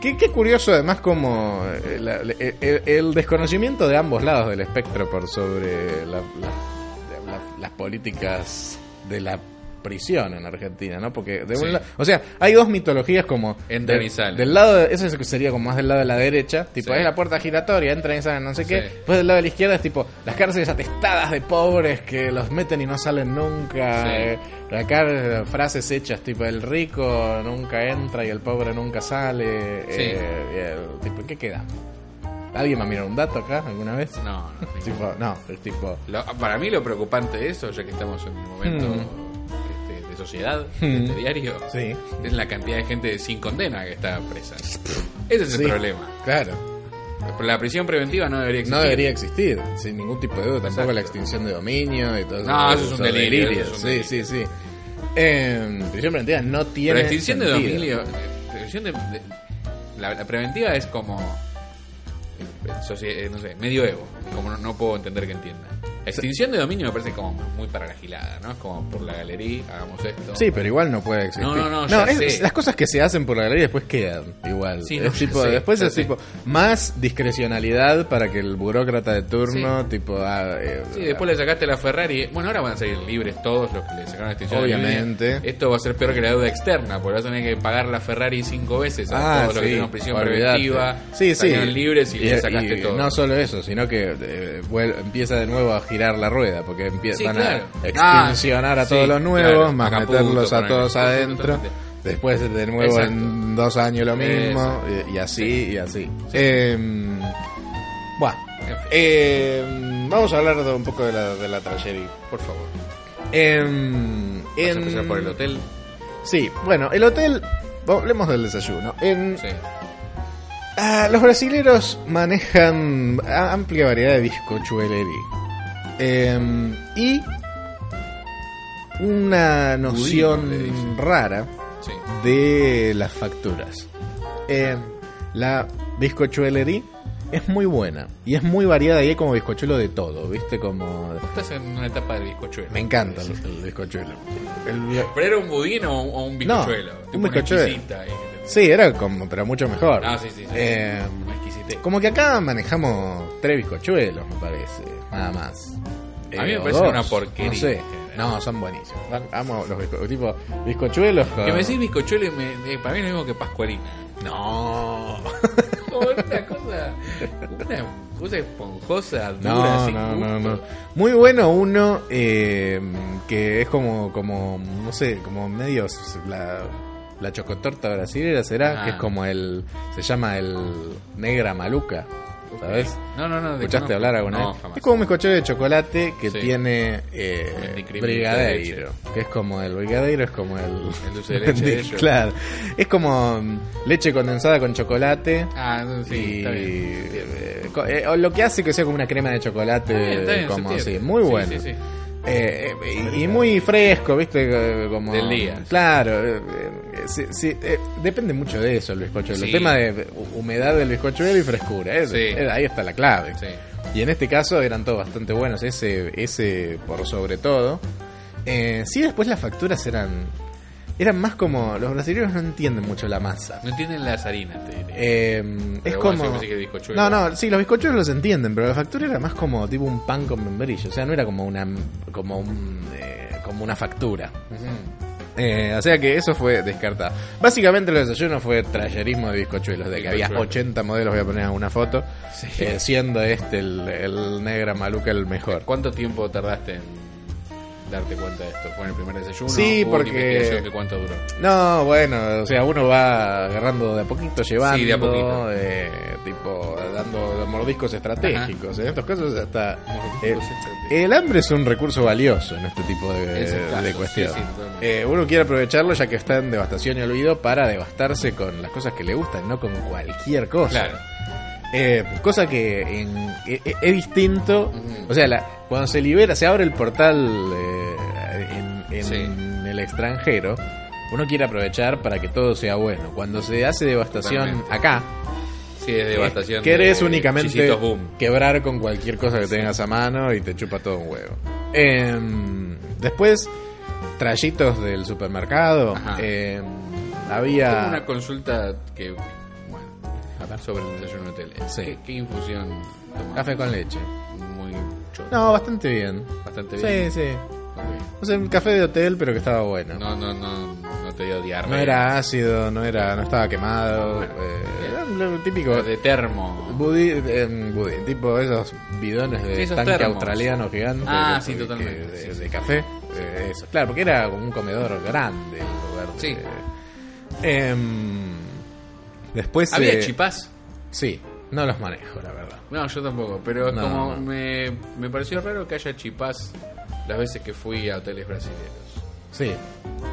Speaker 3: qué, qué curioso además como eh, la- el, el- el desconocimiento de ambos lados del espectro por sobre la- la- la- las políticas de la prisión en Argentina, ¿no? Porque de un
Speaker 2: Sí.
Speaker 3: la- o sea, hay dos mitologías como
Speaker 2: Entran
Speaker 3: de-
Speaker 2: y salen.
Speaker 3: del lado de, eso sería como más del lado de la derecha, tipo
Speaker 2: Sí.
Speaker 3: es la puerta giratoria, entran y salen, no sé qué.
Speaker 2: Sí.
Speaker 3: Después del lado de la izquierda es tipo las cárceles atestadas de pobres que los meten y no salen nunca.
Speaker 2: Sí.
Speaker 3: eh, Acá eh, frases hechas tipo el rico nunca entra y el pobre nunca sale.
Speaker 2: Sí.
Speaker 3: eh, y el- tipo, ¿en qué queda? ¿Alguien me ha mirado un dato acá alguna vez?
Speaker 2: No, no.
Speaker 3: [laughs]
Speaker 2: ni-
Speaker 3: Tipo, no, es tipo.
Speaker 2: Lo- para mí lo preocupante de eso, ya que estamos en un momento este, de sociedad, de este diario,
Speaker 3: Mm. Sí.
Speaker 2: es la cantidad de gente sin condena que está
Speaker 3: [laughs]
Speaker 2: presa. Ese es
Speaker 3: Sí.
Speaker 2: el problema.
Speaker 3: Claro.
Speaker 2: La prisión preventiva no debería existir.
Speaker 3: No debería existir, sin ningún tipo de duda. Tampoco
Speaker 2: Exacto.
Speaker 3: la extinción de dominio y todo
Speaker 2: No, eso es un
Speaker 3: Son
Speaker 2: delirio,
Speaker 3: delirios.
Speaker 2: eso es un
Speaker 3: Sí, sí, sí. Eh, prisión preventiva no tiene.
Speaker 2: Pero extinción de
Speaker 3: sentido.
Speaker 2: dominio. extinción de- de- la, la preventiva es como. eh, socie- eh, No sé, medioevo. Como no, no puedo entender que entienda. La extinción de dominio me parece como muy para la gilada, ¿no? Es como por la galería, hagamos esto.
Speaker 3: Sí, pero igual no puede existir.
Speaker 2: No, no, no, ya
Speaker 3: es-
Speaker 2: sé.
Speaker 3: las cosas que se hacen por la galería después quedan igual.
Speaker 2: Sí, no,
Speaker 3: Es
Speaker 2: ya
Speaker 3: tipo,
Speaker 2: sé,
Speaker 3: después
Speaker 2: ya
Speaker 3: es
Speaker 2: sé.
Speaker 3: tipo más discrecionalidad para que el burócrata de turno, tipo, ah, eh,
Speaker 2: Sí, después le sacaste la Ferrari. Bueno, ahora van a salir libres todos los que le sacaron la extinción.
Speaker 3: Obviamente.
Speaker 2: de dominio. Esto va a ser peor que la deuda externa, porque vas a tener que pagar la Ferrari cinco veces a
Speaker 3: Ah,
Speaker 2: todos los que
Speaker 3: sí,
Speaker 2: tenemos prisión
Speaker 3: olvidate.
Speaker 2: preventiva.
Speaker 3: Sí, sí.
Speaker 2: salieron libres y, le sacaste
Speaker 3: y
Speaker 2: todo.
Speaker 3: No solo eso, sino que eh, vuel- empieza de nuevo a girar la rueda, porque empiezan
Speaker 2: Sí, claro.
Speaker 3: a extincionar
Speaker 2: Ah,
Speaker 3: a todos
Speaker 2: sí,
Speaker 3: los nuevos,
Speaker 2: claro.
Speaker 3: más
Speaker 2: Acapulco,
Speaker 3: meterlos a
Speaker 2: ponele.
Speaker 3: todos
Speaker 2: Sí, sí,
Speaker 3: adentro.
Speaker 2: totalmente.
Speaker 3: Después de nuevo en
Speaker 2: Exacto.
Speaker 3: dos años lo mismo,
Speaker 2: Exacto.
Speaker 3: y, y así,
Speaker 2: Sí.
Speaker 3: y así.
Speaker 2: Sí.
Speaker 3: Em, bueno,
Speaker 2: En fin.
Speaker 3: em, vamos a hablar de un poco de la, de la tragedy.
Speaker 2: Por favor.
Speaker 3: Em,
Speaker 2: Vamos
Speaker 3: en-
Speaker 2: a empezar por el hotel.
Speaker 3: Sí, bueno, el hotel. Hablemos del desayuno. En,
Speaker 2: Sí.
Speaker 3: Ah, los brasileros manejan a- amplia variedad de bizcochueleri. Em, y una noción
Speaker 2: le dicen.
Speaker 3: rara
Speaker 2: Sí.
Speaker 3: de las facturas. Em, la bizcochuelería es muy buena y es muy variada y hay como bizcochuelo de todo, ¿viste? Como...
Speaker 2: Estás en una etapa del bizcochuelo.
Speaker 3: Me encanta el, el bizcochuelo. El-
Speaker 2: ¿Pero era un budín o un, o un bizcochuelo?
Speaker 3: un
Speaker 2: Tipo una
Speaker 3: bizcochuelo.
Speaker 2: exquisita ahí que te-
Speaker 3: sí, era como, pero mucho mejor.
Speaker 2: Ah, sí, sí. sí.
Speaker 3: Em,
Speaker 2: Una exquisitez.
Speaker 3: Como que acá manejamos tres bizcochuelos, me parece, nada más. Eh,
Speaker 2: A mí me
Speaker 3: o
Speaker 2: parece una porquería.
Speaker 3: No sé. No, son buenísimos. Amo los bizcochuelos. Tipo, bizcochuelos con...
Speaker 2: Que me decís bizcochuelo y me- eh, para mí es lo mismo que pascualina. [laughs]
Speaker 3: No.
Speaker 2: Como una cosa, una cosa esponjosa, dura,
Speaker 3: No,
Speaker 2: sin
Speaker 3: no,
Speaker 2: gusto.
Speaker 3: no, no. Muy bueno uno eh, que es como, como, no sé, como medio s- la, la chocotorta brasilera será,
Speaker 2: Ah.
Speaker 3: que es como el, se llama el negra maluca, ¿sabes?
Speaker 2: No, no, no.
Speaker 3: ¿Escuchaste
Speaker 2: desconozco.
Speaker 3: hablar alguna
Speaker 2: No,
Speaker 3: vez?
Speaker 2: jamás.
Speaker 3: Es como un bizcochuelo de chocolate que
Speaker 2: Sí.
Speaker 3: tiene eh,
Speaker 2: Mendicrim dulce de
Speaker 3: brigadeiro. Que es como el brigadeiro, es como el.
Speaker 2: El dulce de leche de
Speaker 3: [laughs] mendic-
Speaker 2: ellos.
Speaker 3: Claro. Es como mm, leche condensada con chocolate.
Speaker 2: Ah, no, sí,
Speaker 3: y,
Speaker 2: está bien.
Speaker 3: eh, co- eh, o lo que hace que sea como una crema de chocolate.
Speaker 2: Está bien, está bien,
Speaker 3: como
Speaker 2: se
Speaker 3: así.
Speaker 2: entiende.
Speaker 3: Muy
Speaker 2: Sí,
Speaker 3: bueno.
Speaker 2: sí, sí.
Speaker 3: Eh, eh, y, y muy fresco, ¿viste? Eh, Como,
Speaker 2: Del día.
Speaker 3: Claro. eh, eh, sí, sí, eh, depende mucho de eso el bizcochuelo.
Speaker 2: Sí.
Speaker 3: El tema de humedad del bizcochuelo y frescura. eh,
Speaker 2: Sí.
Speaker 3: eh, ahí está la clave.
Speaker 2: Sí.
Speaker 3: Y en este caso eran todos bastante buenos, ese, ese por sobre todo. Eh, sí, después las facturas eran. Eran más como. Los brasileños no entienden mucho la masa.
Speaker 2: No entienden las harinas, te diré.
Speaker 3: Eh, es
Speaker 2: vos
Speaker 3: como.
Speaker 2: decís, pensé que bizcochuelo.
Speaker 3: No, no, sí, los bizcochuelos los entienden, pero la factura era más como tipo un pan con membrillo. O sea, no era como una. como un. eh, como una factura. Eh, o sea que eso fue descartado. Básicamente los desayunos fue trayerismo de bizcochuelos, de que había
Speaker 2: Bizcochuelos.
Speaker 3: 80 modelos, voy a poner una foto, eh, siendo este el, el negra maluca el mejor.
Speaker 2: ¿Cuánto tiempo tardaste en darte cuenta de esto? ¿Fue en el primer desayuno?
Speaker 3: Sí,
Speaker 2: ¿Hubo una
Speaker 3: porque-
Speaker 2: investigación de cuánto duró?
Speaker 3: Eh, No, bueno, o sea, uno va agarrando de a poquito, llevando,
Speaker 2: Sí, de a poquito.
Speaker 3: eh, tipo, dando mordiscos estratégicos. En estos casos hasta...
Speaker 2: Mordiscos
Speaker 3: eh,
Speaker 2: estratégicos.
Speaker 3: el hambre es un recurso valioso en este tipo de,
Speaker 2: Es el caso,
Speaker 3: de cuestiones.
Speaker 2: sí, sí, totalmente.
Speaker 3: Eh, uno quiere aprovecharlo ya que está en devastación y olvido para devastarse con las cosas que le gustan, no con cualquier cosa.
Speaker 2: Claro.
Speaker 3: Eh, cosa que en- e- e- es distinto. O sea, la- cuando se libera, se abre el portal eh, en, en
Speaker 2: Sí.
Speaker 3: el extranjero, uno quiere aprovechar para que todo sea bueno. Cuando se hace devastación
Speaker 2: Totalmente.
Speaker 3: acá,
Speaker 2: Sí, es devastación.
Speaker 3: Querés
Speaker 2: de
Speaker 3: únicamente
Speaker 2: chisitos boom.
Speaker 3: quebrar con cualquier cosa que tengas a mano y te chupa todo un huevo. Em, después, trayitos del supermercado.
Speaker 2: Ajá.
Speaker 3: em,
Speaker 2: Tengo
Speaker 3: había.
Speaker 2: una consulta que. Bueno, sobre el desayuno hotel.
Speaker 3: Sí.
Speaker 2: ¿Qué, qué infusión tomás?
Speaker 3: Café con leche.
Speaker 2: Muy chota.
Speaker 3: No, bastante bien.
Speaker 2: Bastante
Speaker 3: sí,
Speaker 2: bien.
Speaker 3: sí.
Speaker 2: Ok.
Speaker 3: O sea, un café de hotel, pero que estaba bueno. No,
Speaker 2: No, no, no, no te dio diarrea.
Speaker 3: era ácido, no era, no estaba quemado.
Speaker 2: Bueno.
Speaker 3: eh, era lo típico.
Speaker 2: De termo.
Speaker 3: Budí, em, budí, tipo esos bidones de
Speaker 2: Sí, esos
Speaker 3: tanque
Speaker 2: termos.
Speaker 3: australiano gigante.
Speaker 2: Ah,
Speaker 3: que-
Speaker 2: sí,
Speaker 3: que-
Speaker 2: totalmente,
Speaker 3: de,
Speaker 2: sí,
Speaker 3: de
Speaker 2: sí,
Speaker 3: café. eh, eso. Claro, porque era como un comedor grande el lugar. de-
Speaker 2: Sí.
Speaker 3: Em, después.
Speaker 2: ¿Había
Speaker 3: eh,
Speaker 2: chipás?
Speaker 3: Sí, no los manejo, la verdad.
Speaker 2: No, yo tampoco, pero es
Speaker 3: No,
Speaker 2: como
Speaker 3: no.
Speaker 2: Me, me pareció raro que haya chipás las veces que fui a hoteles brasileños.
Speaker 3: Sí,
Speaker 2: Y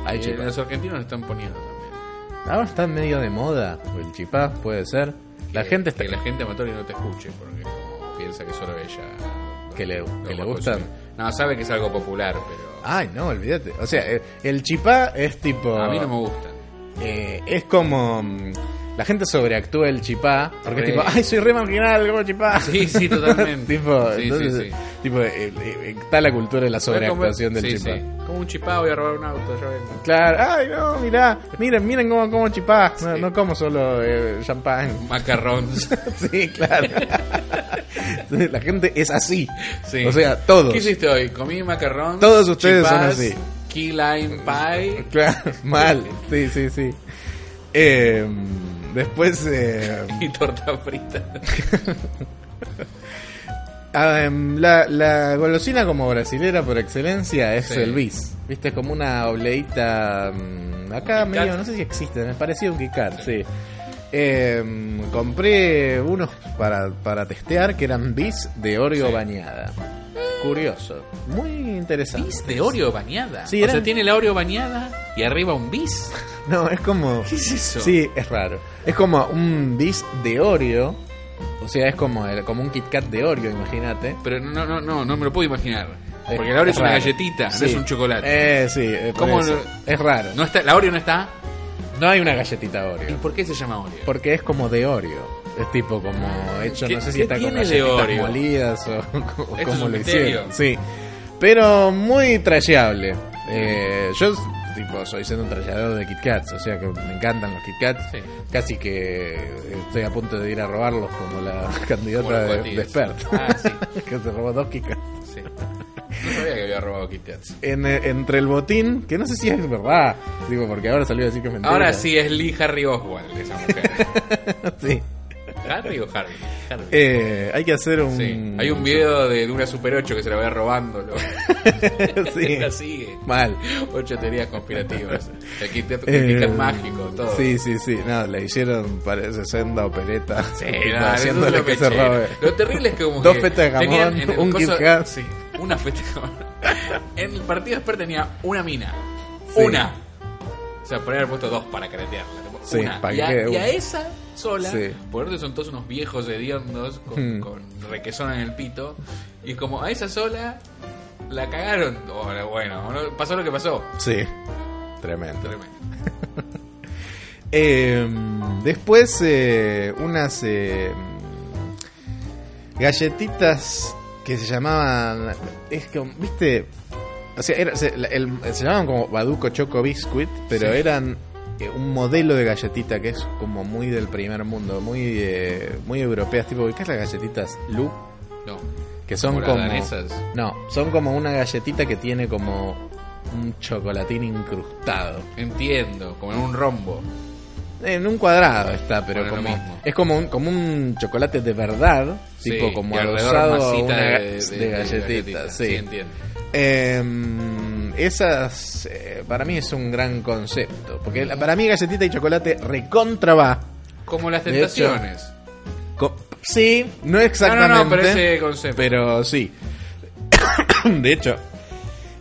Speaker 3: hay
Speaker 2: los
Speaker 3: chipas.
Speaker 2: argentinos lo están poniendo también.
Speaker 3: Ahora está medio de moda el chipá, puede ser. La
Speaker 2: Que-
Speaker 3: gente está.
Speaker 2: Que la gente amateur no te escuche, porque como piensa que solo ella...
Speaker 3: Que le-
Speaker 2: lo
Speaker 3: que
Speaker 2: va
Speaker 3: le
Speaker 2: a
Speaker 3: gustan.
Speaker 2: consumir. No, sabe que es algo popular, pero
Speaker 3: Ay, no, olvídate. O sea, eh, el chipá es tipo.
Speaker 2: a mí no me gustan.
Speaker 3: Eh, es como. mm, La gente sobreactúa el chipá. Porque es
Speaker 2: Re.
Speaker 3: tipo, ay, soy re marginal, como chipá.
Speaker 2: Sí, sí, totalmente.
Speaker 3: [laughs] tipo,
Speaker 2: Sí, sí,
Speaker 3: entonces,
Speaker 2: sí.
Speaker 3: tipo, eh, eh, está la cultura de la sobreactuación
Speaker 2: Voy a
Speaker 3: del
Speaker 2: comer- sí,
Speaker 3: chipá.
Speaker 2: sí. Como un chipá voy a robar un auto, yo vengo.
Speaker 3: Claro, ay, no, mirá, miren, miren cómo como chipá. No,
Speaker 2: Sí.
Speaker 3: no como solo eh,
Speaker 2: [laughs]
Speaker 3: champán.
Speaker 2: Macarrons.
Speaker 3: sí, [laughs] claro. la gente es así.
Speaker 2: Sí.
Speaker 3: O sea, todos.
Speaker 2: ¿Qué hiciste hoy? Comí macarrons.
Speaker 3: Todos ustedes son
Speaker 2: chipás,
Speaker 3: así.
Speaker 2: Key lime pie.
Speaker 3: Claro, [laughs] mal. Sí, sí, sí. Eh, después. eh,
Speaker 2: Y torta frita.
Speaker 3: Ah, em, la, la golosina como brasilera por excelencia es
Speaker 2: Sí.
Speaker 3: el bis. Viste, es como una obleita. mm, Acá
Speaker 2: ¿Un Kit
Speaker 3: medio,
Speaker 2: Kat?
Speaker 3: no sé si existen, es parecido a un Kit Kat, sí. Em, compré unos para, para testear que eran bis de Oreo bañada. Curioso, muy interesante.
Speaker 2: ¿Bis de Oreo bañada?
Speaker 3: Sí,
Speaker 2: o
Speaker 3: eran-
Speaker 2: sea, tiene la Oreo bañada y arriba un bis.
Speaker 3: No, es como.
Speaker 2: ¿Qué es eso?
Speaker 3: Sí, es raro. Es como un bis de Oreo. O sea, es como, el- como un Kit Kat de Oreo, imagínate.
Speaker 2: Pero no, no, no, no, no me lo puedo imaginar.
Speaker 3: Eh,
Speaker 2: Porque la Oreo es una
Speaker 3: raro.
Speaker 2: galletita,
Speaker 3: Sí.
Speaker 2: no es un chocolate.
Speaker 3: Eh, sí, eh, por
Speaker 2: ¿Cómo
Speaker 3: eso.
Speaker 2: no?
Speaker 3: es raro.
Speaker 2: No está, la Oreo no está.
Speaker 3: No hay una galletita
Speaker 2: ¿Y
Speaker 3: Oreo.
Speaker 2: por qué se llama Oreo?
Speaker 3: Porque es como de Oreo. Es tipo como hecho,
Speaker 2: ¿Qué-
Speaker 3: no sé si
Speaker 2: qué
Speaker 3: está con
Speaker 2: tiene de
Speaker 3: galletitas
Speaker 2: Oreo?
Speaker 3: molidas o, [laughs] o
Speaker 2: es
Speaker 3: cómo
Speaker 2: un
Speaker 3: lo
Speaker 2: misterio.
Speaker 3: hicieron. Sí. Pero muy trasheable. Eh, yo tipo soy siendo un trasheador de Kit Kats, o sea que me encantan los Kit Kats.
Speaker 2: Sí.
Speaker 3: Casi que eh, estoy a punto de ir a robarlos como la [laughs]
Speaker 2: Como
Speaker 3: candidata
Speaker 2: los
Speaker 3: de,
Speaker 2: cuatillos.
Speaker 3: de [laughs] Expert.
Speaker 2: Ah, sí.
Speaker 3: que se robó dos Kit Kats.
Speaker 2: [laughs] Sí. No sabía que había robado Kit Kats.
Speaker 3: En- eh, entre el botín, que no sé si es verdad, digo, porque ahora salió a decir que es mentira.
Speaker 2: Ahora sí es Lee Harry Oswald esa mujer.
Speaker 3: [laughs] sí.
Speaker 2: [laughs] ¿Harry o Harvey? Harvey.
Speaker 3: Eh, hay que hacer un.
Speaker 2: Sí. Mm. Hay un video de, de una Super 8 que se la va robando. lo-
Speaker 3: [laughs] sí.
Speaker 2: [laughs] La sigue.
Speaker 3: Mal.
Speaker 2: [laughs] Ocho teorías
Speaker 3: [laughs]
Speaker 2: conspirativas. El Kit Kat, el Kit
Speaker 3: Eh,
Speaker 2: Kat mágico, todo.
Speaker 3: Sí, sí, sí. No, le hicieron, parece, senda opereta. [laughs]
Speaker 2: Sí,
Speaker 3: Tipo,
Speaker 2: no, eso
Speaker 3: haciéndole
Speaker 2: es
Speaker 3: que
Speaker 2: lo
Speaker 3: se
Speaker 2: pechero.
Speaker 3: robe.
Speaker 2: Lo terrible es que como
Speaker 3: Dos
Speaker 2: que
Speaker 3: fetas de jamón,
Speaker 2: tenían en el
Speaker 3: un
Speaker 2: coso-
Speaker 3: Kit Kat.
Speaker 2: Sí, una feta de jamón. En el partido Esper tenía una mina.
Speaker 3: Sí.
Speaker 2: Una. O sea, podría haber puesto dos para caretearla. tipo,
Speaker 3: Sí,
Speaker 2: una.
Speaker 3: para
Speaker 2: y,
Speaker 3: que
Speaker 2: a,
Speaker 3: quede
Speaker 2: y a
Speaker 3: una.
Speaker 2: esa sola,
Speaker 3: Sí.
Speaker 2: por otro son todos unos viejos hediondos con,
Speaker 3: Hmm.
Speaker 2: con requesón en el pito. Y como a esa sola la cagaron. Bueno, bueno, no- pasó lo que pasó.
Speaker 3: Sí. Tremendo.
Speaker 2: Tremendo.
Speaker 3: Eh, después, eh, unas eh, galletitas que se llamaban. Es que, viste. O sea, era- se, la- el- se llamaban como Baduco Choco Biscuit, pero
Speaker 2: Sí.
Speaker 3: eran eh, un modelo de galletita que es como muy del primer mundo, muy eh, muy europeas. Tipo, ¿qué es las galletitas Lu?
Speaker 2: No.
Speaker 3: Que son
Speaker 2: Como
Speaker 3: como.
Speaker 2: las danesas.
Speaker 3: No, son como una galletita que tiene como un chocolatín incrustado.
Speaker 2: Entiendo, como en un rombo.
Speaker 3: En un cuadrado está, pero
Speaker 2: Bueno, lo
Speaker 3: como
Speaker 2: mismo.
Speaker 3: es como un, como un chocolate de verdad,
Speaker 2: Sí,
Speaker 3: tipo como
Speaker 2: y alrededor
Speaker 3: adosado a
Speaker 2: masita
Speaker 3: una ga-
Speaker 2: de,
Speaker 3: de,
Speaker 2: de- de
Speaker 3: galletita, sí.
Speaker 2: entiendo.
Speaker 3: Em, esas eh, para mí es un gran concepto, porque la- para mí galletita y chocolate recontra va.
Speaker 2: Como las
Speaker 3: De
Speaker 2: tentaciones.
Speaker 3: Co- sí, no
Speaker 2: no, no,
Speaker 3: exactamente,
Speaker 2: no, pero ese concepto.
Speaker 3: pero sí. [coughs] de hecho,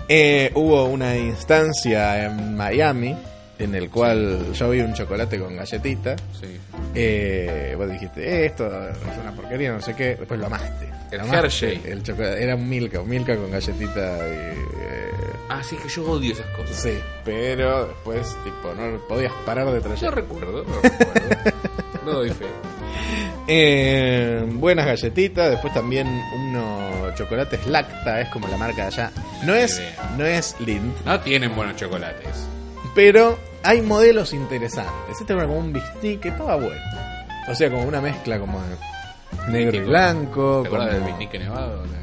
Speaker 3: eh, hubo una instancia en Miami en el cual yo vi un chocolate con galletita.
Speaker 2: Sí.
Speaker 3: Eh, vos dijiste, esto es una porquería, no sé qué. Después lo amaste.
Speaker 2: El
Speaker 3: Lo amaste.
Speaker 2: Hershey.
Speaker 3: El chocolate. Era un Milka, un Milka con galletita y... eh,
Speaker 2: Así Ah, que yo odio esas cosas.
Speaker 3: sí, pero después, tipo, no podías parar de
Speaker 2: Yo
Speaker 3: trayecto.
Speaker 2: recuerdo, no recuerdo. no doy fe.
Speaker 3: Eh, buenas galletitas, después también unos chocolates Lacta, es como la marca de allá. No es, no es Lind,
Speaker 2: No tienen buenos chocolates.
Speaker 3: pero hay modelos interesantes. Este era como un bistec que estaba bueno. O sea, como una mezcla como de negro y blanco.
Speaker 2: ¿Te acuerdas del
Speaker 3: como-
Speaker 2: Vinique Nevado? La anécdota.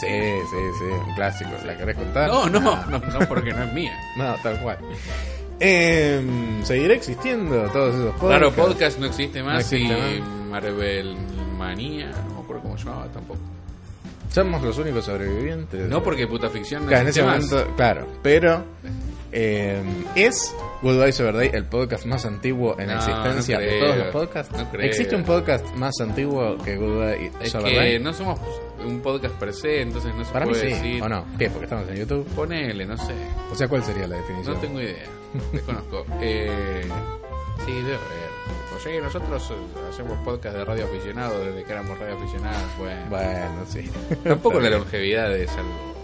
Speaker 3: Sí, sí, sí, un clásico. ¿La querés contar?
Speaker 2: No, no, no, no, porque no es mía.
Speaker 3: No, tal cual. Eh, ¿Seguirá existiendo todos esos podcasts?
Speaker 2: Claro, podcast no existe más
Speaker 3: No existe
Speaker 2: y Marvel Manía, no me acuerdo cómo se llamaba tampoco.
Speaker 3: Somos los únicos sobrevivientes.
Speaker 2: No porque puta ficción no
Speaker 3: Claro, en ese
Speaker 2: existe más.
Speaker 3: momento, claro, pero eh, es Goodbye Sober Day el podcast más antiguo en
Speaker 2: No,
Speaker 3: existencia
Speaker 2: no
Speaker 3: de
Speaker 2: creo,
Speaker 3: todos los podcasts.
Speaker 2: no creo.
Speaker 3: ¿Existe un podcast más antiguo que Goodbye
Speaker 2: Es
Speaker 3: Sober
Speaker 2: que
Speaker 3: Day?
Speaker 2: no somos un podcast per se, entonces no se
Speaker 3: Para mí
Speaker 2: puede
Speaker 3: sí,
Speaker 2: decir.
Speaker 3: ¿o no? ¿Qué? Porque estamos en YouTube.
Speaker 2: Ponele, no sé.
Speaker 3: O sea, ¿cuál sería la definición?
Speaker 2: No tengo
Speaker 3: [laughs]
Speaker 2: idea. Desconozco. eh, sí, debe haber. O sea, que nosotros eh, hacemos podcast de radio aficionado desde que éramos radio aficionados. Bueno,
Speaker 3: Bueno, sí. [laughs]
Speaker 2: tampoco la longevidad es algo.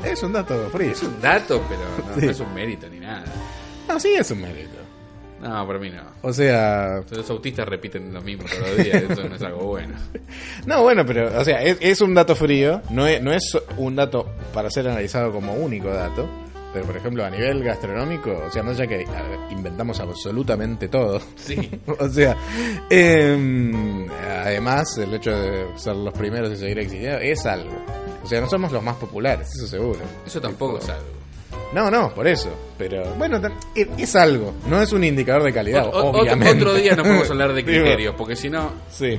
Speaker 2: Este,
Speaker 3: Es un dato frío.
Speaker 2: es un dato, pero no, no es un mérito ni nada.
Speaker 3: No, sí es un mérito.
Speaker 2: No, para mí no.
Speaker 3: O sea,
Speaker 2: Los autistas repiten lo mismo todos los días, eso no es algo
Speaker 3: [laughs]
Speaker 2: bueno.
Speaker 3: No, bueno, pero, o sea, es, es un dato frío, no es, no es un dato para ser analizado como único dato, pero por ejemplo a nivel gastronómico, o sea, más allá que a ver, inventamos absolutamente todo, [laughs]
Speaker 2: Sí.
Speaker 3: o sea, em, además el hecho de ser los primeros y seguir existiendo es algo. O sea, no somos los más populares, eso seguro.
Speaker 2: Eso tampoco es algo.
Speaker 3: No, no, por eso. Pero bueno, tam- es, es algo. No es un indicador de calidad,
Speaker 2: Ot- ot- otro-
Speaker 3: obviamente.
Speaker 2: Otro día no podemos hablar de
Speaker 3: [laughs] Digo,
Speaker 2: criterios, porque si no,
Speaker 3: Sí.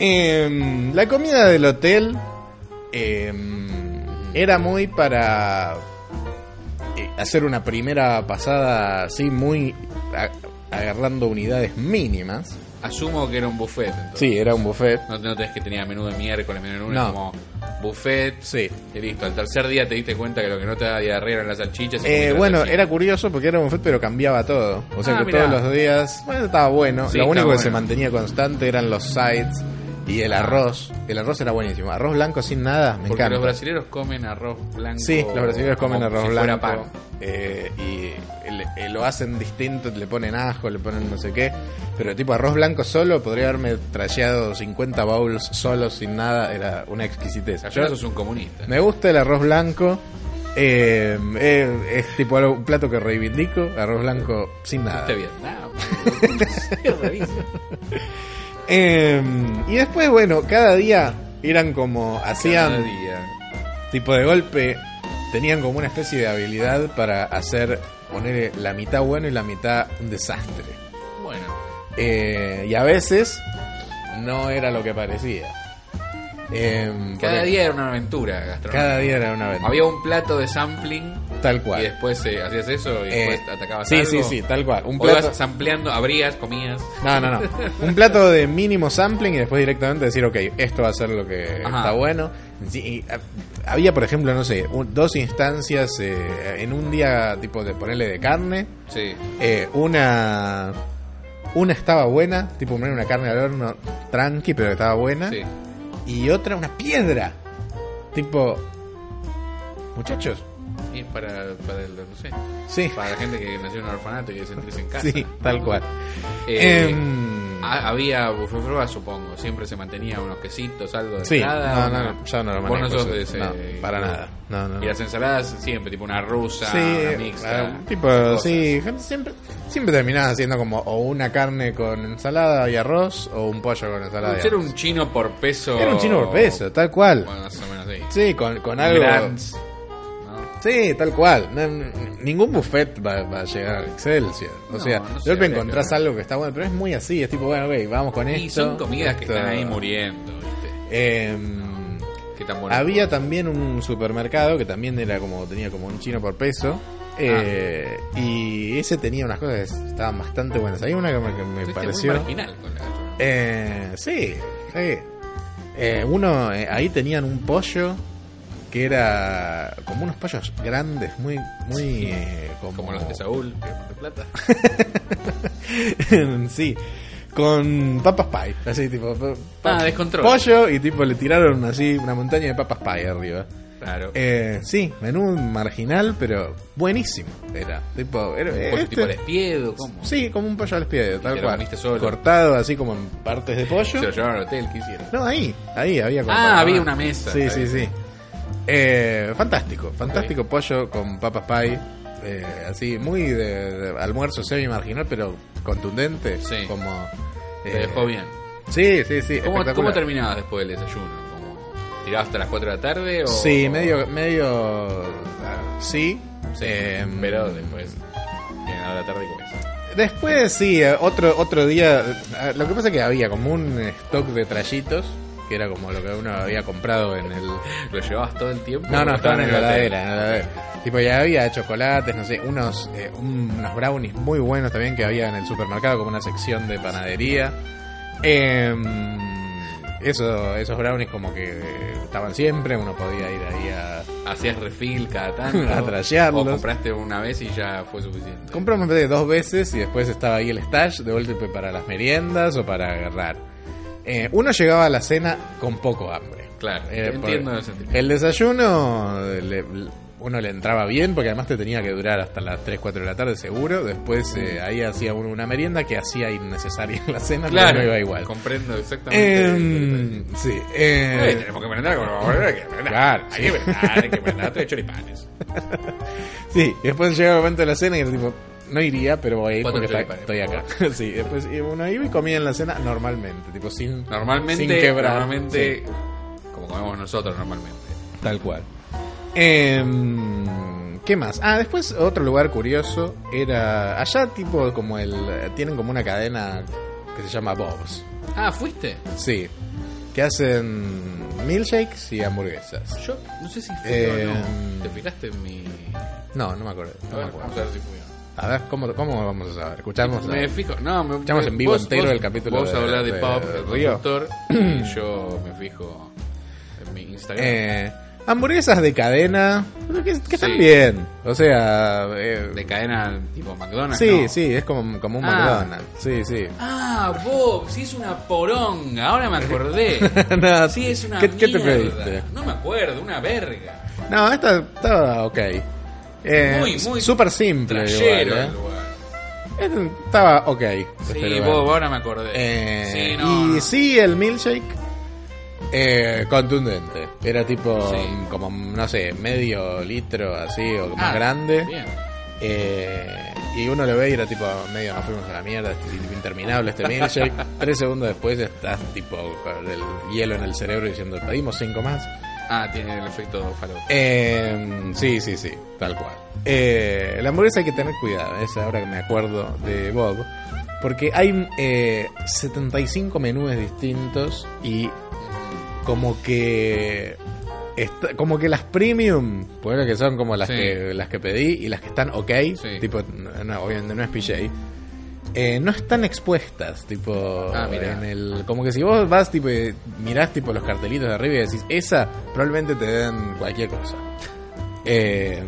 Speaker 3: Em, la comida del hotel em, era muy para eh, hacer una primera pasada así, muy a- agarrando unidades mínimas.
Speaker 2: asumo que era un buffet. Entonces.
Speaker 3: Sí, era un buffet.
Speaker 2: No, no tenés que tenía menú de miércoles, menú de lunes,
Speaker 3: No.
Speaker 2: como buffet.
Speaker 3: Sí.
Speaker 2: Y listo, al tercer día te diste cuenta que lo que no te da diarrea eran las salchichas. y
Speaker 3: Eh,
Speaker 2: comiste las
Speaker 3: bueno,
Speaker 2: salchichas.
Speaker 3: era curioso porque era un buffet pero cambiaba todo. O sea
Speaker 2: Ah,
Speaker 3: que
Speaker 2: mirá.
Speaker 3: todos los días bueno, estaba bueno.
Speaker 2: Sí,
Speaker 3: Lo único
Speaker 2: estaba
Speaker 3: que se
Speaker 2: bueno.
Speaker 3: mantenía constante eran los sides y el arroz. El arroz era buenísimo. Arroz blanco sin nada, me
Speaker 2: Porque
Speaker 3: encanta.
Speaker 2: los brasileños comen arroz blanco.
Speaker 3: Sí, los brasileños comen
Speaker 2: como
Speaker 3: arroz
Speaker 2: si fuera
Speaker 3: blanco.
Speaker 2: pan.
Speaker 3: eh, y le- eh, lo hacen distinto, le ponen ajo, le ponen no sé qué. Pero tipo arroz blanco solo, podría haberme trasheado 50 bowls solo, sin nada. Era una exquisitez.
Speaker 2: Ayer sos un comunista.
Speaker 3: Me gusta el arroz blanco. eh, eh, es tipo algo- un plato que reivindico. Arroz blanco sin nada.
Speaker 2: Fuiste a Vietnam.
Speaker 3: [laughs]
Speaker 2: boludo. Este Sí, rarísimo.
Speaker 3: Eh, y después, bueno, cada día eran como. Hacían.
Speaker 2: Cada día.
Speaker 3: tipo de golpe tenían como una especie de habilidad para hacer poner la mitad bueno y la mitad un desastre.
Speaker 2: Bueno,
Speaker 3: Eh, y a veces no era lo que parecía. Em,
Speaker 2: cada
Speaker 3: porque
Speaker 2: día era una aventura gastronómica.
Speaker 3: cada día era una vez.
Speaker 2: Había un plato de sampling
Speaker 3: tal
Speaker 2: y
Speaker 3: cual.
Speaker 2: después eh, hacías eso y
Speaker 3: Eh,
Speaker 2: después atacabas
Speaker 3: sí,
Speaker 2: algo.
Speaker 3: sí, sí, tal cual. Un
Speaker 2: O ibas
Speaker 3: plato,
Speaker 2: sampleando, abrías, comías.
Speaker 3: no, no, no.
Speaker 2: [laughs]
Speaker 3: Un plato de mínimo sampling y después directamente decir, ok, esto va a ser lo que
Speaker 2: Ajá.
Speaker 3: está bueno. Sí, y, ah, había, por ejemplo, no sé, un- dos instancias eh, en un día tipo de ponerle de carne.
Speaker 2: Sí.
Speaker 3: Eh, una. Una estaba buena, tipo poner una carne al horno tranqui, pero estaba buena.
Speaker 2: Sí.
Speaker 3: Y otra, una piedra. Tipo. Muchachos.
Speaker 2: Y es para, para el, no sé,
Speaker 3: Sí,
Speaker 2: para la gente que nació en un orfanato y que se sentirse en casa.
Speaker 3: [laughs] sí, tal cual.
Speaker 2: Eh,
Speaker 3: Em,
Speaker 2: ha- había buffet prueba, supongo. Siempre se mantenía unos quesitos, algo de
Speaker 3: sí,
Speaker 2: ensalada,
Speaker 3: no, no,
Speaker 2: una-
Speaker 3: no, ya no lo
Speaker 2: Vos
Speaker 3: manejo.
Speaker 2: no sos
Speaker 3: eso.
Speaker 2: de ese-
Speaker 3: No, para nada. No, no.
Speaker 2: Y
Speaker 3: no.
Speaker 2: las ensaladas siempre, tipo una rusa, una
Speaker 3: Sí,
Speaker 2: mixta.
Speaker 3: ah, tipo,
Speaker 2: cosas.
Speaker 3: sí, siempre, siempre terminás haciendo como o una carne con ensalada y arroz o un pollo con ensalada. y
Speaker 2: Era
Speaker 3: arroz.
Speaker 2: un chino por peso.
Speaker 3: Era un chino por peso, tal cual.
Speaker 2: Bueno, más o menos sí.
Speaker 3: Sí, con, con algo.
Speaker 2: Grants, ¿no?
Speaker 3: Sí, tal cual. No, n- ningún buffet va, va a llegar a Excelsior. O
Speaker 2: No,
Speaker 3: sea,
Speaker 2: no
Speaker 3: de
Speaker 2: sé,
Speaker 3: golpe
Speaker 2: habría
Speaker 3: encontrás
Speaker 2: que ver.
Speaker 3: algo que está bueno, pero es muy así. Es tipo, bueno, ok, vamos con esto.
Speaker 2: Y son comidas que
Speaker 3: esto.
Speaker 2: están ahí muriendo, ¿viste?
Speaker 3: Em,
Speaker 2: Que tan buenas.
Speaker 3: había también un supermercado que también era como tenía como un chino por peso.
Speaker 2: Ah.
Speaker 3: eh, y ese tenía unas cosas que estaban bastante buenas. Hay una que me, que me
Speaker 2: Fuiste muy
Speaker 3: pareció.
Speaker 2: marginal con la gastronomía.
Speaker 3: Eh, sí, sí. Eh, uno, eh, ahí tenían un pollo que era como unos pollos grandes, muy, muy, eh, como,
Speaker 2: Como los de Saúl, que de plata.
Speaker 3: [laughs] sí, con papas pie, así tipo, pa-
Speaker 2: Ah,
Speaker 3: pa-
Speaker 2: descontrol.
Speaker 3: pollo y tipo le tiraron así una montaña de papas pie arriba.
Speaker 2: Claro.
Speaker 3: Eh, sí, menú marginal, pero buenísimo. Era tipo, era,
Speaker 2: Pues,
Speaker 3: este-
Speaker 2: tipo de espiedo, ¿cómo?
Speaker 3: Sí, como un pollo al espiedo,
Speaker 2: te
Speaker 3: tal
Speaker 2: lo
Speaker 3: cual.
Speaker 2: comiste solo.
Speaker 3: Cortado así como en partes de pollo.
Speaker 2: Se lo llevaron al hotel, ¿qué hicieron?
Speaker 3: No, ahí, ahí había como
Speaker 2: Ah,
Speaker 3: para-
Speaker 2: había una mesa.
Speaker 3: Sí,
Speaker 2: Está
Speaker 3: sí,
Speaker 2: bien.
Speaker 3: sí. Eh, fantástico, fantástico pollo con papas pie. eh, así, muy de, de almuerzo semi-marginal, pero contundente.
Speaker 2: Sí.
Speaker 3: Como,
Speaker 2: Te
Speaker 3: eh,
Speaker 2: dejó bien.
Speaker 3: Sí, sí, sí.
Speaker 2: ¿Cómo,
Speaker 3: espectacular.
Speaker 2: ¿Cómo terminabas después del desayuno? ¿Como ¿Tirabas hasta las 4 de la tarde? O...
Speaker 3: Sí, medio. medio ah, sí.
Speaker 2: Sí,
Speaker 3: eh,
Speaker 2: pero después. Bien, a la tarde y comés.
Speaker 3: Después sí, eh, otro, otro día. eh, Lo que pasa es que había como un stock de trayitos, que era como lo que uno había comprado en el.
Speaker 2: ¿Lo llevabas todo el tiempo?
Speaker 3: No, no,
Speaker 2: ¿O
Speaker 3: estaban en la
Speaker 2: el hotel?
Speaker 3: heladera, en la heladera. Tipo, ya había chocolates, no sé, unos, eh, un- unos brownies muy buenos también que había en el supermercado, como una sección de panadería. Em, eso, esos brownies como que eh, estaban siempre, uno podía ir ahí a...
Speaker 2: ¿Hacías refill
Speaker 3: [laughs]
Speaker 2: cada tanto?
Speaker 3: A trashearlos.
Speaker 2: ¿O compraste una vez y ya fue suficiente?
Speaker 3: Compramos de dos veces y después estaba ahí el stash de golpe para las meriendas o para agarrar. Eh, uno llegaba a la cena con poco hambre.
Speaker 2: Claro,
Speaker 3: Eh, por-
Speaker 2: entiendo el sentimiento.
Speaker 3: El desayuno le- le- uno le entraba bien porque además te tenía que durar hasta las 3, 4 de la tarde seguro. Después eh,
Speaker 2: Mm.
Speaker 3: ahí hacía uno una merienda que hacía innecesaria [laughs] en la cena, claro.
Speaker 2: Claro,
Speaker 3: pero no iba igual.
Speaker 2: Comprendo exactamente.
Speaker 3: Eh, sí,
Speaker 2: Eh,
Speaker 3: eh,
Speaker 2: tenemos que merendar con hay que merendar.
Speaker 3: Claro,
Speaker 2: hay que merendar, hay que merendar tres choripanes.
Speaker 3: sí, después llega el momento de la cena y era tipo, no iría, pero voy a ir
Speaker 2: Cuatro
Speaker 3: porque está-
Speaker 2: choripanes,
Speaker 3: estoy
Speaker 2: por
Speaker 3: acá. [laughs] sí, después iba- uno iba y comía en la cena normalmente, tipo sin,
Speaker 2: Normalmente,
Speaker 3: sin quebrar.
Speaker 2: normalmente como comemos nosotros normalmente.
Speaker 3: Tal cual. Em, ¿Qué más? Ah, después otro lugar curioso era allá tipo como el... Tienen como una cadena que se llama Bob's.
Speaker 2: Ah, ¿fuiste?
Speaker 3: Sí. Que hacen milkshakes y hamburguesas.
Speaker 2: Yo no sé si fui o
Speaker 3: Eh,
Speaker 2: no. ¿Te fijaste en mi...?
Speaker 3: No, no me acuerdo.
Speaker 2: A
Speaker 3: no me
Speaker 2: ver,
Speaker 3: acuerdo.
Speaker 2: vamos a ver si fui o no.
Speaker 3: A ver, ¿cómo, cómo vamos a saber? Escuchamos...
Speaker 2: Me fijo, no, me,
Speaker 3: Escuchamos
Speaker 2: me-
Speaker 3: en vivo entero el capítulo
Speaker 2: Vos
Speaker 3: de-
Speaker 2: hablás de,
Speaker 3: de
Speaker 2: Pop, el
Speaker 3: Río. [clears throat]
Speaker 2: productor, y yo me fijo en mi Instagram.
Speaker 3: Eh, hamburguesas de cadena que, que están
Speaker 2: Sí.
Speaker 3: bien. O sea... eh,
Speaker 2: de cadena tipo McDonald's.
Speaker 3: sí,
Speaker 2: no.
Speaker 3: sí, es como, como un
Speaker 2: Ah.
Speaker 3: McDonald's. Sí, sí.
Speaker 2: Ah, Bob, sí es una poronga, ahora me acordé.
Speaker 3: [laughs]
Speaker 2: [laughs]
Speaker 3: No,
Speaker 2: sí es una
Speaker 3: ¿qué- qué te
Speaker 2: mierda.
Speaker 3: pediste?
Speaker 2: No me acuerdo, una verga.
Speaker 3: No, esta estaba ok. Eh,
Speaker 2: Muy, muy
Speaker 3: Súper simple.
Speaker 2: Trayero
Speaker 3: igual,
Speaker 2: el
Speaker 3: ¿eh?
Speaker 2: lugar.
Speaker 3: Este Estaba ok. este
Speaker 2: Sí,
Speaker 3: lugar.
Speaker 2: Bob, ahora me acordé.
Speaker 3: Eh,
Speaker 2: sí, no,
Speaker 3: y
Speaker 2: no.
Speaker 3: sí, el milkshake. eh, contundente. Era tipo, mm,
Speaker 2: Sí.
Speaker 3: como, no sé, medio litro así o más
Speaker 2: Ah,
Speaker 3: grande.
Speaker 2: Bien.
Speaker 3: Eh, y uno lo ve y era tipo, medio nos fuimos a la mierda, este, tipo, interminable
Speaker 2: [laughs]
Speaker 3: este milkshake. Tres segundos después estás tipo con el hielo en el cerebro diciendo, pedimos cinco más.
Speaker 2: Ah, tiene el efecto falo.
Speaker 3: Eh, sí, sí, sí, tal cual. Eh, la hamburguesa hay que tener cuidado, es ahora que me acuerdo de Bob, porque hay eh, 75 menús distintos y como que está- como que las premium, bueno, que son como las
Speaker 2: Sí.
Speaker 3: que las que pedí y las que están ok,
Speaker 2: Sí.
Speaker 3: tipo no, no, obviamente no es PJ. eh, no están expuestas, tipo
Speaker 2: Ah, mirá.
Speaker 3: en el como que si vos vas tipo y mirás tipo los cartelitos de arriba y decís, esa probablemente te den cualquier cosa. Eh,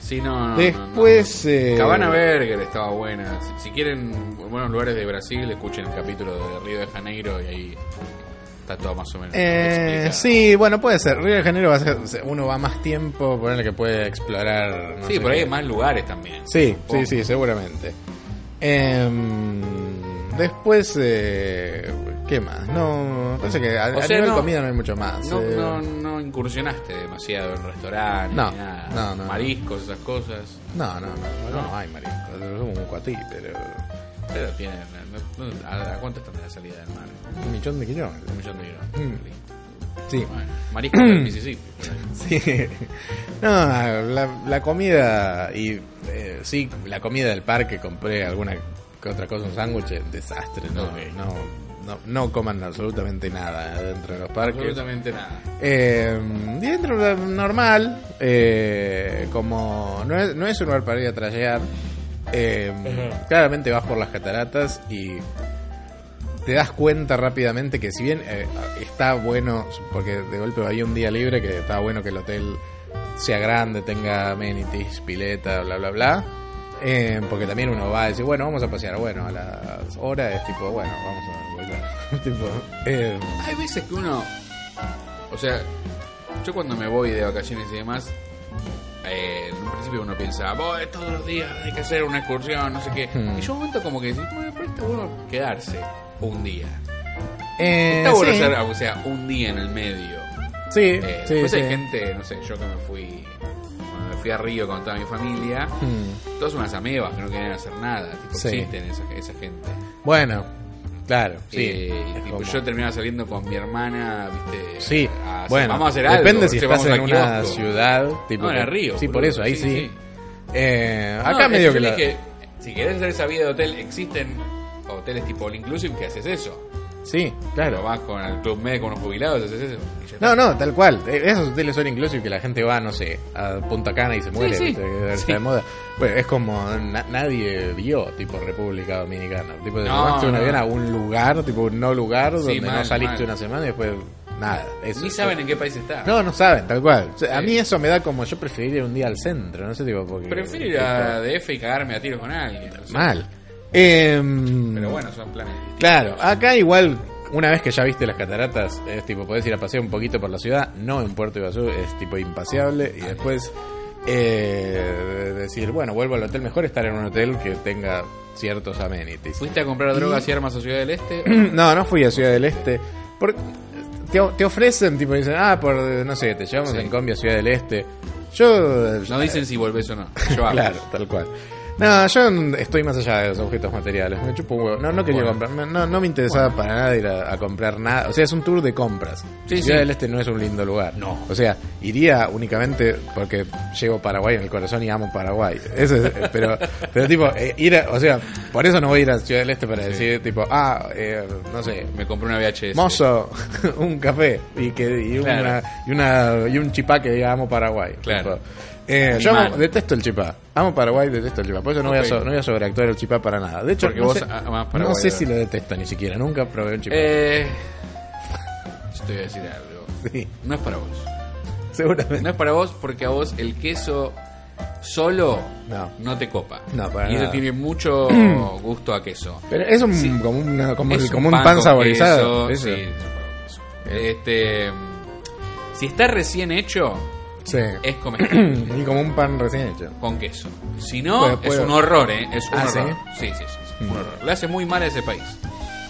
Speaker 2: Sí, no, no, no, no.
Speaker 3: después eh,
Speaker 2: Cabana Burger estaba buena. Si, si quieren buenos lugares de Brasil, escuchen el capítulo de Río de Janeiro y ahí está todo más o menos.
Speaker 3: Eh,
Speaker 2: explicado.
Speaker 3: sí, bueno, puede ser. Río de Janeiro va a ser- uno va más tiempo, ponerle que puede explorar. no
Speaker 2: Sí,
Speaker 3: sé
Speaker 2: por ahí
Speaker 3: qué.
Speaker 2: hay más lugares también.
Speaker 3: Sí,
Speaker 2: Supongo.
Speaker 3: sí, sí, seguramente. Em, después, eh, ¿qué más? No, parece que a,
Speaker 2: O
Speaker 3: a
Speaker 2: sea,
Speaker 3: nivel
Speaker 2: no-
Speaker 3: comida no hay mucho más.
Speaker 2: No,
Speaker 3: eh.
Speaker 2: no, no incursionaste demasiado en restaurantes,
Speaker 3: No,
Speaker 2: ni nada.
Speaker 3: no, no.
Speaker 2: Mariscos, esas cosas.
Speaker 3: no, no, no, no, no hay marisco. Es un cuatí, pero
Speaker 2: Pero tienen. no- no- ¿A a cuánto están de la salida del mar?
Speaker 3: un millón de kilómetros.
Speaker 2: Un millón de euros.
Speaker 3: Mm.
Speaker 2: Listo.
Speaker 3: Sí, [laughs]
Speaker 2: Bueno, mariscos del [clears throat] Mississippi. por ahí.
Speaker 3: sí. No, la, la comida y eh, sí, la comida del parque compré alguna que otra cosa, un sándwich, desastre. No,
Speaker 2: Ok.
Speaker 3: no, no, no coman absolutamente nada dentro de los parques.
Speaker 2: Absolutamente nada.
Speaker 3: Eh, y dentro de- normal, eh, como no es, no es un lugar para ir a trallear, eh, claramente vas por las cataratas y te das cuenta rápidamente que si bien eh, está bueno, porque de golpe había un día libre que estaba bueno que el hotel sea grande, tenga amenities, pileta, bla, bla, bla. eh, porque también uno va a decir, bueno, vamos a pasear. Bueno, a las horas es tipo, bueno, [laughs] vamos a volver. tipo, eh,
Speaker 2: Hay veces que uno. O sea, Yo cuando me voy de vacaciones y demás, eh, en un principio uno piensa, voy todos los días, hay que hacer una excursión, no sé qué.
Speaker 3: Hmm.
Speaker 2: Y yo un momento como que decís, bueno, pero está bueno quedarse un día.
Speaker 3: Eh,
Speaker 2: Está bueno
Speaker 3: sí,
Speaker 2: hacer, o sea, un día en el medio.
Speaker 3: Sí,
Speaker 2: Eh,
Speaker 3: sí,
Speaker 2: después
Speaker 3: sí.
Speaker 2: hay gente, no sé, yo que me fui, cuando me fui a Río con toda mi familia,
Speaker 3: Mm.
Speaker 2: todas unas amebas que no querían hacer nada, tipo,
Speaker 3: Sí.
Speaker 2: existen esa, esa gente.
Speaker 3: Bueno, claro, sí.
Speaker 2: Eh, y
Speaker 3: Es
Speaker 2: tipo,
Speaker 3: como-
Speaker 2: yo terminaba saliendo con mi hermana, viste,
Speaker 3: Sí,
Speaker 2: a- a-
Speaker 3: bueno,
Speaker 2: vamos a hacer algo.
Speaker 3: depende si
Speaker 2: che,
Speaker 3: estás
Speaker 2: vamos
Speaker 3: en
Speaker 2: a
Speaker 3: una
Speaker 2: kiosco.
Speaker 3: ciudad, tipo
Speaker 2: No, en
Speaker 3: que-
Speaker 2: el Río.
Speaker 3: Sí, por
Speaker 2: boludo,
Speaker 3: eso, ahí sí. Eh,
Speaker 2: No,
Speaker 3: acá
Speaker 2: es
Speaker 3: medio
Speaker 2: yo
Speaker 3: que la-
Speaker 2: dije, si querés hacer esa vida de hotel, existen hoteles tipo All Inclusive que haces eso.
Speaker 3: Sí,
Speaker 2: Pero
Speaker 3: claro.
Speaker 2: vas con el Club Med, con los jubilados, haces eso. y ya
Speaker 3: No, no, tal cual. Eh, Esos hoteles son inclusive que la gente va, no sé, a Punta Cana y se muere.
Speaker 2: sí.
Speaker 3: ¿viste? Que Está
Speaker 2: Sí.
Speaker 3: de moda. Bueno, es como na- nadie vio, tipo, República Dominicana. Tipo, te
Speaker 2: No,
Speaker 3: tomaste un
Speaker 2: no.
Speaker 3: avión a un lugar, tipo, un no lugar,
Speaker 2: Sí,
Speaker 3: donde no
Speaker 2: mal,
Speaker 3: saliste
Speaker 2: mal.
Speaker 3: una semana y después nada. Eso,
Speaker 2: Ni
Speaker 3: eso.
Speaker 2: saben en qué país está.
Speaker 3: No, no saben, tal cual. O sea, A
Speaker 2: Sí.
Speaker 3: mí eso me da como yo preferiría un día al centro, no sé, tipo, porque.
Speaker 2: Prefiero ir a DF y cagarme a tiros con alguien. o sea.
Speaker 3: Mal. Em,
Speaker 2: Pero bueno, son planes distintos.
Speaker 3: Claro, acá igual, una vez que ya viste las cataratas, es tipo, podés ir a pasear un poquito por la ciudad, no en Puerto Iguazú, es tipo impaseable, y después eh, decir, bueno, vuelvo al hotel, mejor estar en un hotel que tenga ciertos amenities.
Speaker 2: ¿Fuiste a comprar drogas y armas a Ciudad del
Speaker 3: [clears throat]
Speaker 2: Este?
Speaker 3: No, no fui a Ciudad del Este. Por- te, te ofrecen, tipo, dicen, ah, por, no sé, te llevamos
Speaker 2: Sí.
Speaker 3: en combi a Ciudad del Este. Yo...
Speaker 2: No dicen si volvés o no.
Speaker 3: [laughs]
Speaker 2: Yo hago.
Speaker 3: Claro, tal cual. No, yo estoy más allá de los objetos materiales. Me chupo un huevo. No, no quería
Speaker 2: Bueno.
Speaker 3: comprar. No, no me interesaba para nada ir a, a comprar nada. O sea, es un tour de compras.
Speaker 2: Sí,
Speaker 3: Ciudad
Speaker 2: sí.
Speaker 3: del Este no es un lindo lugar.
Speaker 2: No.
Speaker 3: O sea, iría únicamente porque llevo Paraguay en el corazón y amo Paraguay. Eso es, eh, pero, pero tipo, eh, ir a- o sea, por eso no voy a ir a Ciudad del Este para decir, tipo, ah, eh, no sé,
Speaker 2: Me compré una VHS.
Speaker 3: mozo, [laughs] un café y que y
Speaker 2: Claro.
Speaker 3: una y una y un chipá que diga amo Paraguay.
Speaker 2: Claro.
Speaker 3: Tipo, eh, yo
Speaker 2: Animal.
Speaker 3: amo- detesto el chipá. Amo Paraguay, detesto el chipá. Por eso no, voy,
Speaker 2: Ok.
Speaker 3: a so- no voy a sobreactuar el chipá para nada. De hecho,
Speaker 2: Porque
Speaker 3: no
Speaker 2: vos
Speaker 3: sé,
Speaker 2: amás
Speaker 3: no
Speaker 2: Paraguay,
Speaker 3: sé si lo detesto ni siquiera. Nunca probé un chipá.
Speaker 2: Eh. [laughs] Yo te voy a decir algo.
Speaker 3: [laughs] Sí,
Speaker 2: No es para vos.
Speaker 3: seguramente.
Speaker 2: No es para vos porque a vos el queso solo
Speaker 3: No.
Speaker 2: te copa.
Speaker 3: No, para
Speaker 2: y eso
Speaker 3: nada.
Speaker 2: tiene
Speaker 3: [clears throat]
Speaker 2: mucho gusto a queso.
Speaker 3: Pero es un, como, una, como,
Speaker 2: Es
Speaker 3: el- como un pan,
Speaker 2: pan con
Speaker 3: saborizado.
Speaker 2: queso,
Speaker 3: eso.
Speaker 2: sí, es un pan con queso. Este, si está recién hecho,
Speaker 3: Sí.
Speaker 2: es comestible
Speaker 3: [clears throat] Y como un pan recién hecho.
Speaker 2: con queso. Si no,
Speaker 3: Puede- puede-
Speaker 2: es un horror, ¿eh? Es un
Speaker 3: Ah,
Speaker 2: horror. ¿sí? Sí, sí, sí, un horror. Le hace muy mal a ese país,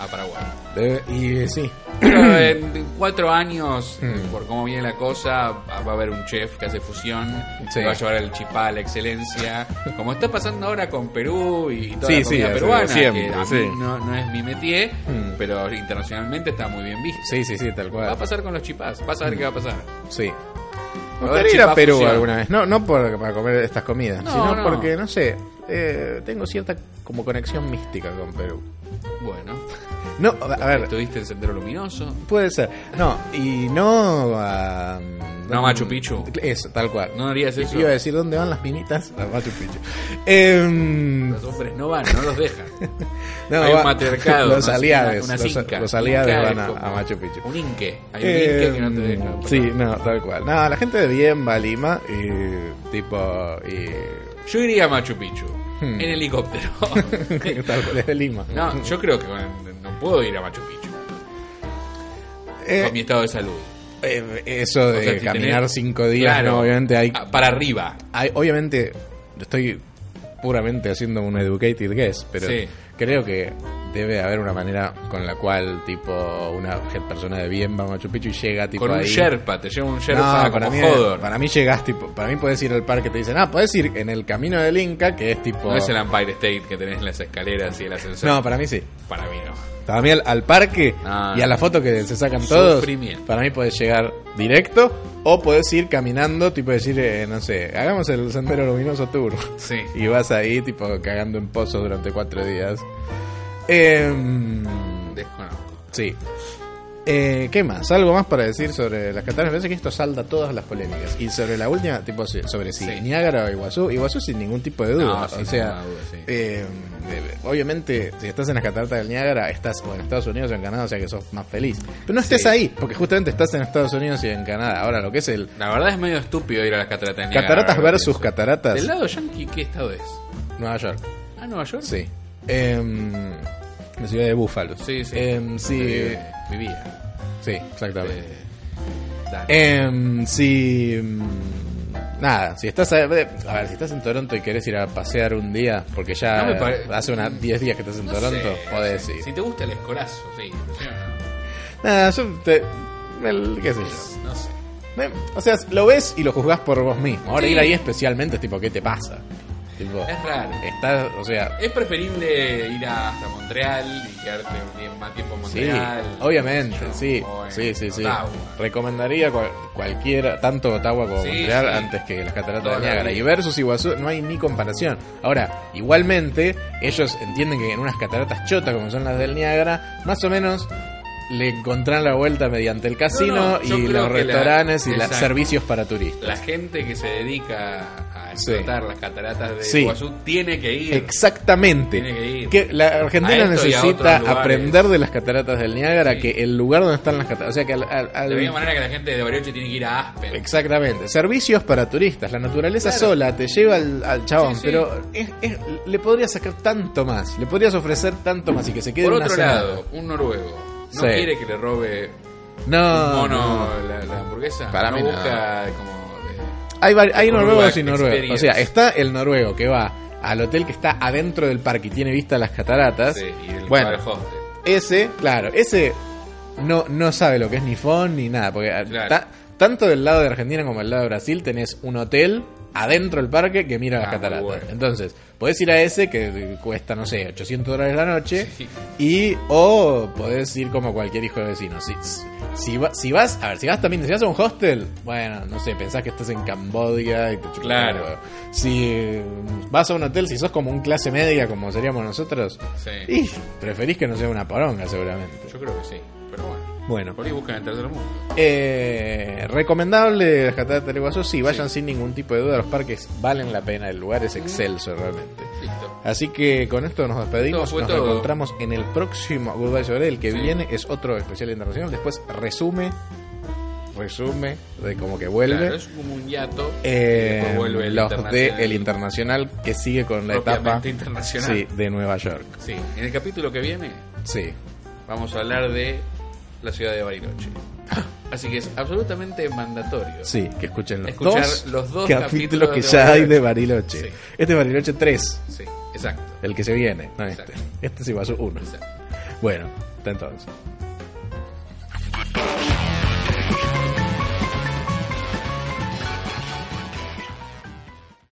Speaker 2: a Paraguay.
Speaker 3: Debe- y eh, sí.
Speaker 2: Pero
Speaker 3: [clears throat]
Speaker 2: en cuatro años, eh,
Speaker 3: Hmm.
Speaker 2: por cómo viene la cosa, va a haber un chef que hace fusión,
Speaker 3: Sí.
Speaker 2: que va a llevar el chipá a la excelencia. Como está pasando ahora con Perú y toda
Speaker 3: Sí,
Speaker 2: la comida
Speaker 3: sí,
Speaker 2: peruana,
Speaker 3: hace- siempre,
Speaker 2: que a mí
Speaker 3: sí.
Speaker 2: no, no es mi métier,
Speaker 3: Mm.
Speaker 2: pero internacionalmente está muy bien visto.
Speaker 3: Sí, sí, sí, tal
Speaker 2: Va a
Speaker 3: cual.
Speaker 2: pasar con los chipás, vas a ver qué va a pasar.
Speaker 3: Sí.
Speaker 2: A
Speaker 3: Me
Speaker 2: ver,
Speaker 3: gustaría ir a
Speaker 2: chipá
Speaker 3: Perú
Speaker 2: fusión.
Speaker 3: alguna vez. No, no por, para comer estas comidas,
Speaker 2: No,
Speaker 3: sino
Speaker 2: no.
Speaker 3: porque, no sé, eh, tengo cierta como conexión mística con Perú.
Speaker 2: Bueno,
Speaker 3: No, a a ver,
Speaker 2: estuviste en Sendero Luminoso.
Speaker 3: puede ser. No, y no a...
Speaker 2: No a Machu Picchu.
Speaker 3: Eso, tal cual.
Speaker 2: No harías eso.
Speaker 3: Iba a decir, ¿dónde van las minitas? [laughs] A Machu Picchu. Em,
Speaker 2: Los hombres no van, no los dejan.
Speaker 3: [laughs] no,
Speaker 2: Hay un
Speaker 3: va-
Speaker 2: matriarcado.
Speaker 3: [laughs] Los
Speaker 2: una-
Speaker 3: aliados.
Speaker 2: una- una
Speaker 3: los,
Speaker 2: cinca.
Speaker 3: los aliados
Speaker 2: Inca
Speaker 3: van
Speaker 2: es
Speaker 3: a,
Speaker 2: como
Speaker 3: a Machu Picchu.
Speaker 2: Un inque. Hay un inque que no te
Speaker 3: Eh,
Speaker 2: deja.
Speaker 3: sí, no, tal cual. No, la gente de bien va a Lima y tipo... Y,
Speaker 2: Yo iría a Machu Picchu en
Speaker 3: Hmm. [laughs]
Speaker 2: helicóptero.
Speaker 3: Tal cual, desde Lima.
Speaker 2: no, yo creo que con- no puedo ir a Machu Picchu
Speaker 3: Eh,
Speaker 2: con mi estado de salud.
Speaker 3: eh, eso de
Speaker 2: O sea, si
Speaker 3: caminar
Speaker 2: tenés-
Speaker 3: cinco días,
Speaker 2: Claro, Ah.
Speaker 3: no, obviamente hay,
Speaker 2: a- Para arriba.
Speaker 3: hay- Obviamente, estoy puramente haciendo un educated guess, pero
Speaker 2: Sí.
Speaker 3: creo que debe haber una manera con la cual, tipo, una persona de bien va a Machu Picchu y llega, tipo,
Speaker 2: Con un
Speaker 3: ahí.
Speaker 2: Sherpa, te llevo un
Speaker 3: No,
Speaker 2: Sherpa
Speaker 3: para
Speaker 2: como
Speaker 3: mí,
Speaker 2: Hodor.
Speaker 3: para mí llegas, tipo, para mí puedes ir al parque, te dicen, ah, puedes ir en el camino del Inca, que es tipo.
Speaker 2: No es el Empire State que tenés las escaleras y el ascensor.
Speaker 3: No, para mí sí.
Speaker 2: Para mí no.
Speaker 3: Para mí al, al parque
Speaker 2: Ah,
Speaker 3: y a la foto que se sacan todos.
Speaker 2: Sufrimiento.
Speaker 3: Para mí podés llegar directo o podés ir caminando, tipo decir, eh, no sé, hagamos el sendero luminoso tour. [laughs]
Speaker 2: Sí.
Speaker 3: Y vas ahí, tipo, cagando en pozos durante cuatro días. Em,
Speaker 2: Desconozco.
Speaker 3: sí. Eh, ¿Qué más? ¿Algo más para decir sobre las cataratas? Me parece que esto salda todas las polémicas. Y sobre la última, tipo, si- sobre si
Speaker 2: Sí.
Speaker 3: Niágara o Iguazú. Iguazú sin ningún tipo de
Speaker 2: No,
Speaker 3: duda.
Speaker 2: sin
Speaker 3: o sea,
Speaker 2: ninguna duda, sí.
Speaker 3: eh, eh, obviamente, si estás en las cataratas del Niágara, estás o en Estados Unidos o en Canadá, o sea que sos más feliz. Pero no estés
Speaker 2: Sí.
Speaker 3: ahí, porque justamente estás en Estados Unidos y en Canadá. Ahora, lo que es el
Speaker 2: La verdad es medio estúpido ir a las cataratas. de Niágara,
Speaker 3: cataratas
Speaker 2: ahora que
Speaker 3: versus
Speaker 2: pienso.
Speaker 3: cataratas,
Speaker 2: ¿Del lado yankee qué estado es?
Speaker 3: Nueva York.
Speaker 2: ¿Ah, Nueva York?
Speaker 3: Sí. Em, la ciudad de Búfalo.
Speaker 2: Sí, sí.
Speaker 3: Em, sí,
Speaker 2: Donde Vivía.
Speaker 3: sí, exactamente.
Speaker 2: Eh, Dale.
Speaker 3: Em, si. mm, Nada, si estás. A, a ver, si estás en Toronto y querés ir a pasear un día, porque ya
Speaker 2: No me pare-
Speaker 3: hace unas 10 días que estás en
Speaker 2: No
Speaker 3: Toronto,
Speaker 2: sé,
Speaker 3: podés ir.
Speaker 2: Si te gusta el escorazo, sí. sí o
Speaker 3: Nada, yo te. el- ¿Qué sé yo?
Speaker 2: no, no sé.
Speaker 3: Me- O sea, lo ves y lo juzgás por vos mismo. Ahora
Speaker 2: Sí.
Speaker 3: ir ahí especialmente es tipo, ¿qué te pasa? Tipo,
Speaker 2: Es raro.
Speaker 3: estás, o sea,
Speaker 2: Es preferible ir a- hasta Montreal y quedarte un día- más tiempo en
Speaker 3: sí,
Speaker 2: Montreal.
Speaker 3: obviamente,
Speaker 2: qué sé
Speaker 3: sí,
Speaker 2: yo, o en
Speaker 3: sí, sí, sí.
Speaker 2: Ottawa.
Speaker 3: Recomendaría cual- cualquiera, tanto Ottawa como
Speaker 2: Sí,
Speaker 3: Montreal,
Speaker 2: sí.
Speaker 3: antes que las cataratas
Speaker 2: Toda
Speaker 3: de
Speaker 2: la
Speaker 3: Niágara.
Speaker 2: vida.
Speaker 3: Y versus Iguazú, no hay ni comparación. Ahora, igualmente, ellos entienden que en unas cataratas chotas como son las del Niágara, más o menos le encontrán la vuelta mediante el casino
Speaker 2: no, yo
Speaker 3: y
Speaker 2: creo
Speaker 3: los
Speaker 2: que la-
Speaker 3: restaurantes y los
Speaker 2: Exacto.
Speaker 3: servicios para turistas.
Speaker 2: La gente que se dedica a
Speaker 3: Sí.
Speaker 2: explotar las cataratas de
Speaker 3: Sí.
Speaker 2: Iguazú tiene que ir.
Speaker 3: Exactamente.
Speaker 2: Tiene que ir.
Speaker 3: la Argentina
Speaker 2: A esto y a
Speaker 3: necesita
Speaker 2: otros lugares.
Speaker 3: aprender de las cataratas del Niágara,
Speaker 2: Sí.
Speaker 3: que el lugar donde están las cataratas, o sea que al, al- al-
Speaker 2: De la misma manera que la gente de Bariloche tiene que ir a Aspen.
Speaker 3: Exactamente, servicios para turistas, la naturaleza
Speaker 2: Claro.
Speaker 3: sola te lleva al, al chabón,
Speaker 2: Sí, sí.
Speaker 3: pero es- es- le podrías sacar tanto más, le podrías ofrecer tanto más y que se quede
Speaker 2: Por
Speaker 3: una
Speaker 2: otro
Speaker 3: semana.
Speaker 2: lado, un noruego no
Speaker 3: Sí.
Speaker 2: quiere que le robe
Speaker 3: no,
Speaker 2: un mono
Speaker 3: no.
Speaker 2: la, la hamburguesa.
Speaker 3: Para
Speaker 2: no
Speaker 3: mí no.
Speaker 2: busca como. eh,
Speaker 3: Hay, vari- hay
Speaker 2: Noruega
Speaker 3: noruegos y noruegos.
Speaker 2: Experience.
Speaker 3: O sea, está el noruego que va al hotel que está adentro del parque y tiene vista a las cataratas.
Speaker 2: sí, y el
Speaker 3: bueno,
Speaker 2: padre hostel.
Speaker 3: Ese, claro, ese no, no sabe lo que es ni FON ni nada, porque
Speaker 2: Claro.
Speaker 3: ta- tanto del lado de Argentina como del lado de Brasil tenés un hotel adentro del parque que mira las
Speaker 2: Ah,
Speaker 3: cataratas.
Speaker 2: muy bueno.
Speaker 3: Entonces, podés ir a ese que cuesta, no sé, 800 dólares la noche,
Speaker 2: Sí.
Speaker 3: y o podés ir como cualquier hijo de vecino. Si, si, va- si vas, a ver, si vas también, si vas a un hostel, bueno, no sé, pensás que estás en Cambodia y te chupas
Speaker 2: Claro.
Speaker 3: un huevo. Si eh, vas a un hotel, si sos como un clase media como seríamos nosotros,
Speaker 2: Sí.
Speaker 3: y preferís que no sea una poronga, seguramente.
Speaker 2: Yo creo que sí, pero bueno.
Speaker 3: Bueno,
Speaker 2: Por ahí buscan el tercer mundo.
Speaker 3: eh, recomendable las cataratas del Iguazú. Sí, vayan sin ningún tipo de duda. Los parques valen la pena. El lugar es excelso, realmente.
Speaker 2: Listo.
Speaker 3: Así que con esto nos despedimos.
Speaker 2: Esto fue
Speaker 3: nos
Speaker 2: todo.
Speaker 3: encontramos en el próximo Goodbye Sobre El que
Speaker 2: Sí.
Speaker 3: viene es otro especial internacional. Después resume. Resume de como que vuelve.
Speaker 2: Claro, es como un hiato. y
Speaker 3: Eh,
Speaker 2: después vuelve el
Speaker 3: los de
Speaker 2: internacional,
Speaker 3: El Internacional que sigue con la etapa
Speaker 2: propiamente internacional.
Speaker 3: sí, de Nueva York.
Speaker 2: Sí, en el capítulo que viene
Speaker 3: Sí,
Speaker 2: vamos a hablar de la ciudad de Bariloche. Así que es absolutamente mandatorio.
Speaker 3: Ah. Sí, que escuchen los,
Speaker 2: Escuchar
Speaker 3: dos,
Speaker 2: los dos
Speaker 3: capítulos
Speaker 2: capítulos
Speaker 3: que
Speaker 2: de
Speaker 3: ya hay
Speaker 2: Bariloche.
Speaker 3: de Bariloche.
Speaker 2: Sí.
Speaker 3: Este es Bariloche 3,
Speaker 2: Sí, exacto.
Speaker 3: el que se viene, no este.
Speaker 2: Exacto.
Speaker 3: Este es Iguazú 1.
Speaker 2: exacto.
Speaker 3: Bueno, hasta entonces.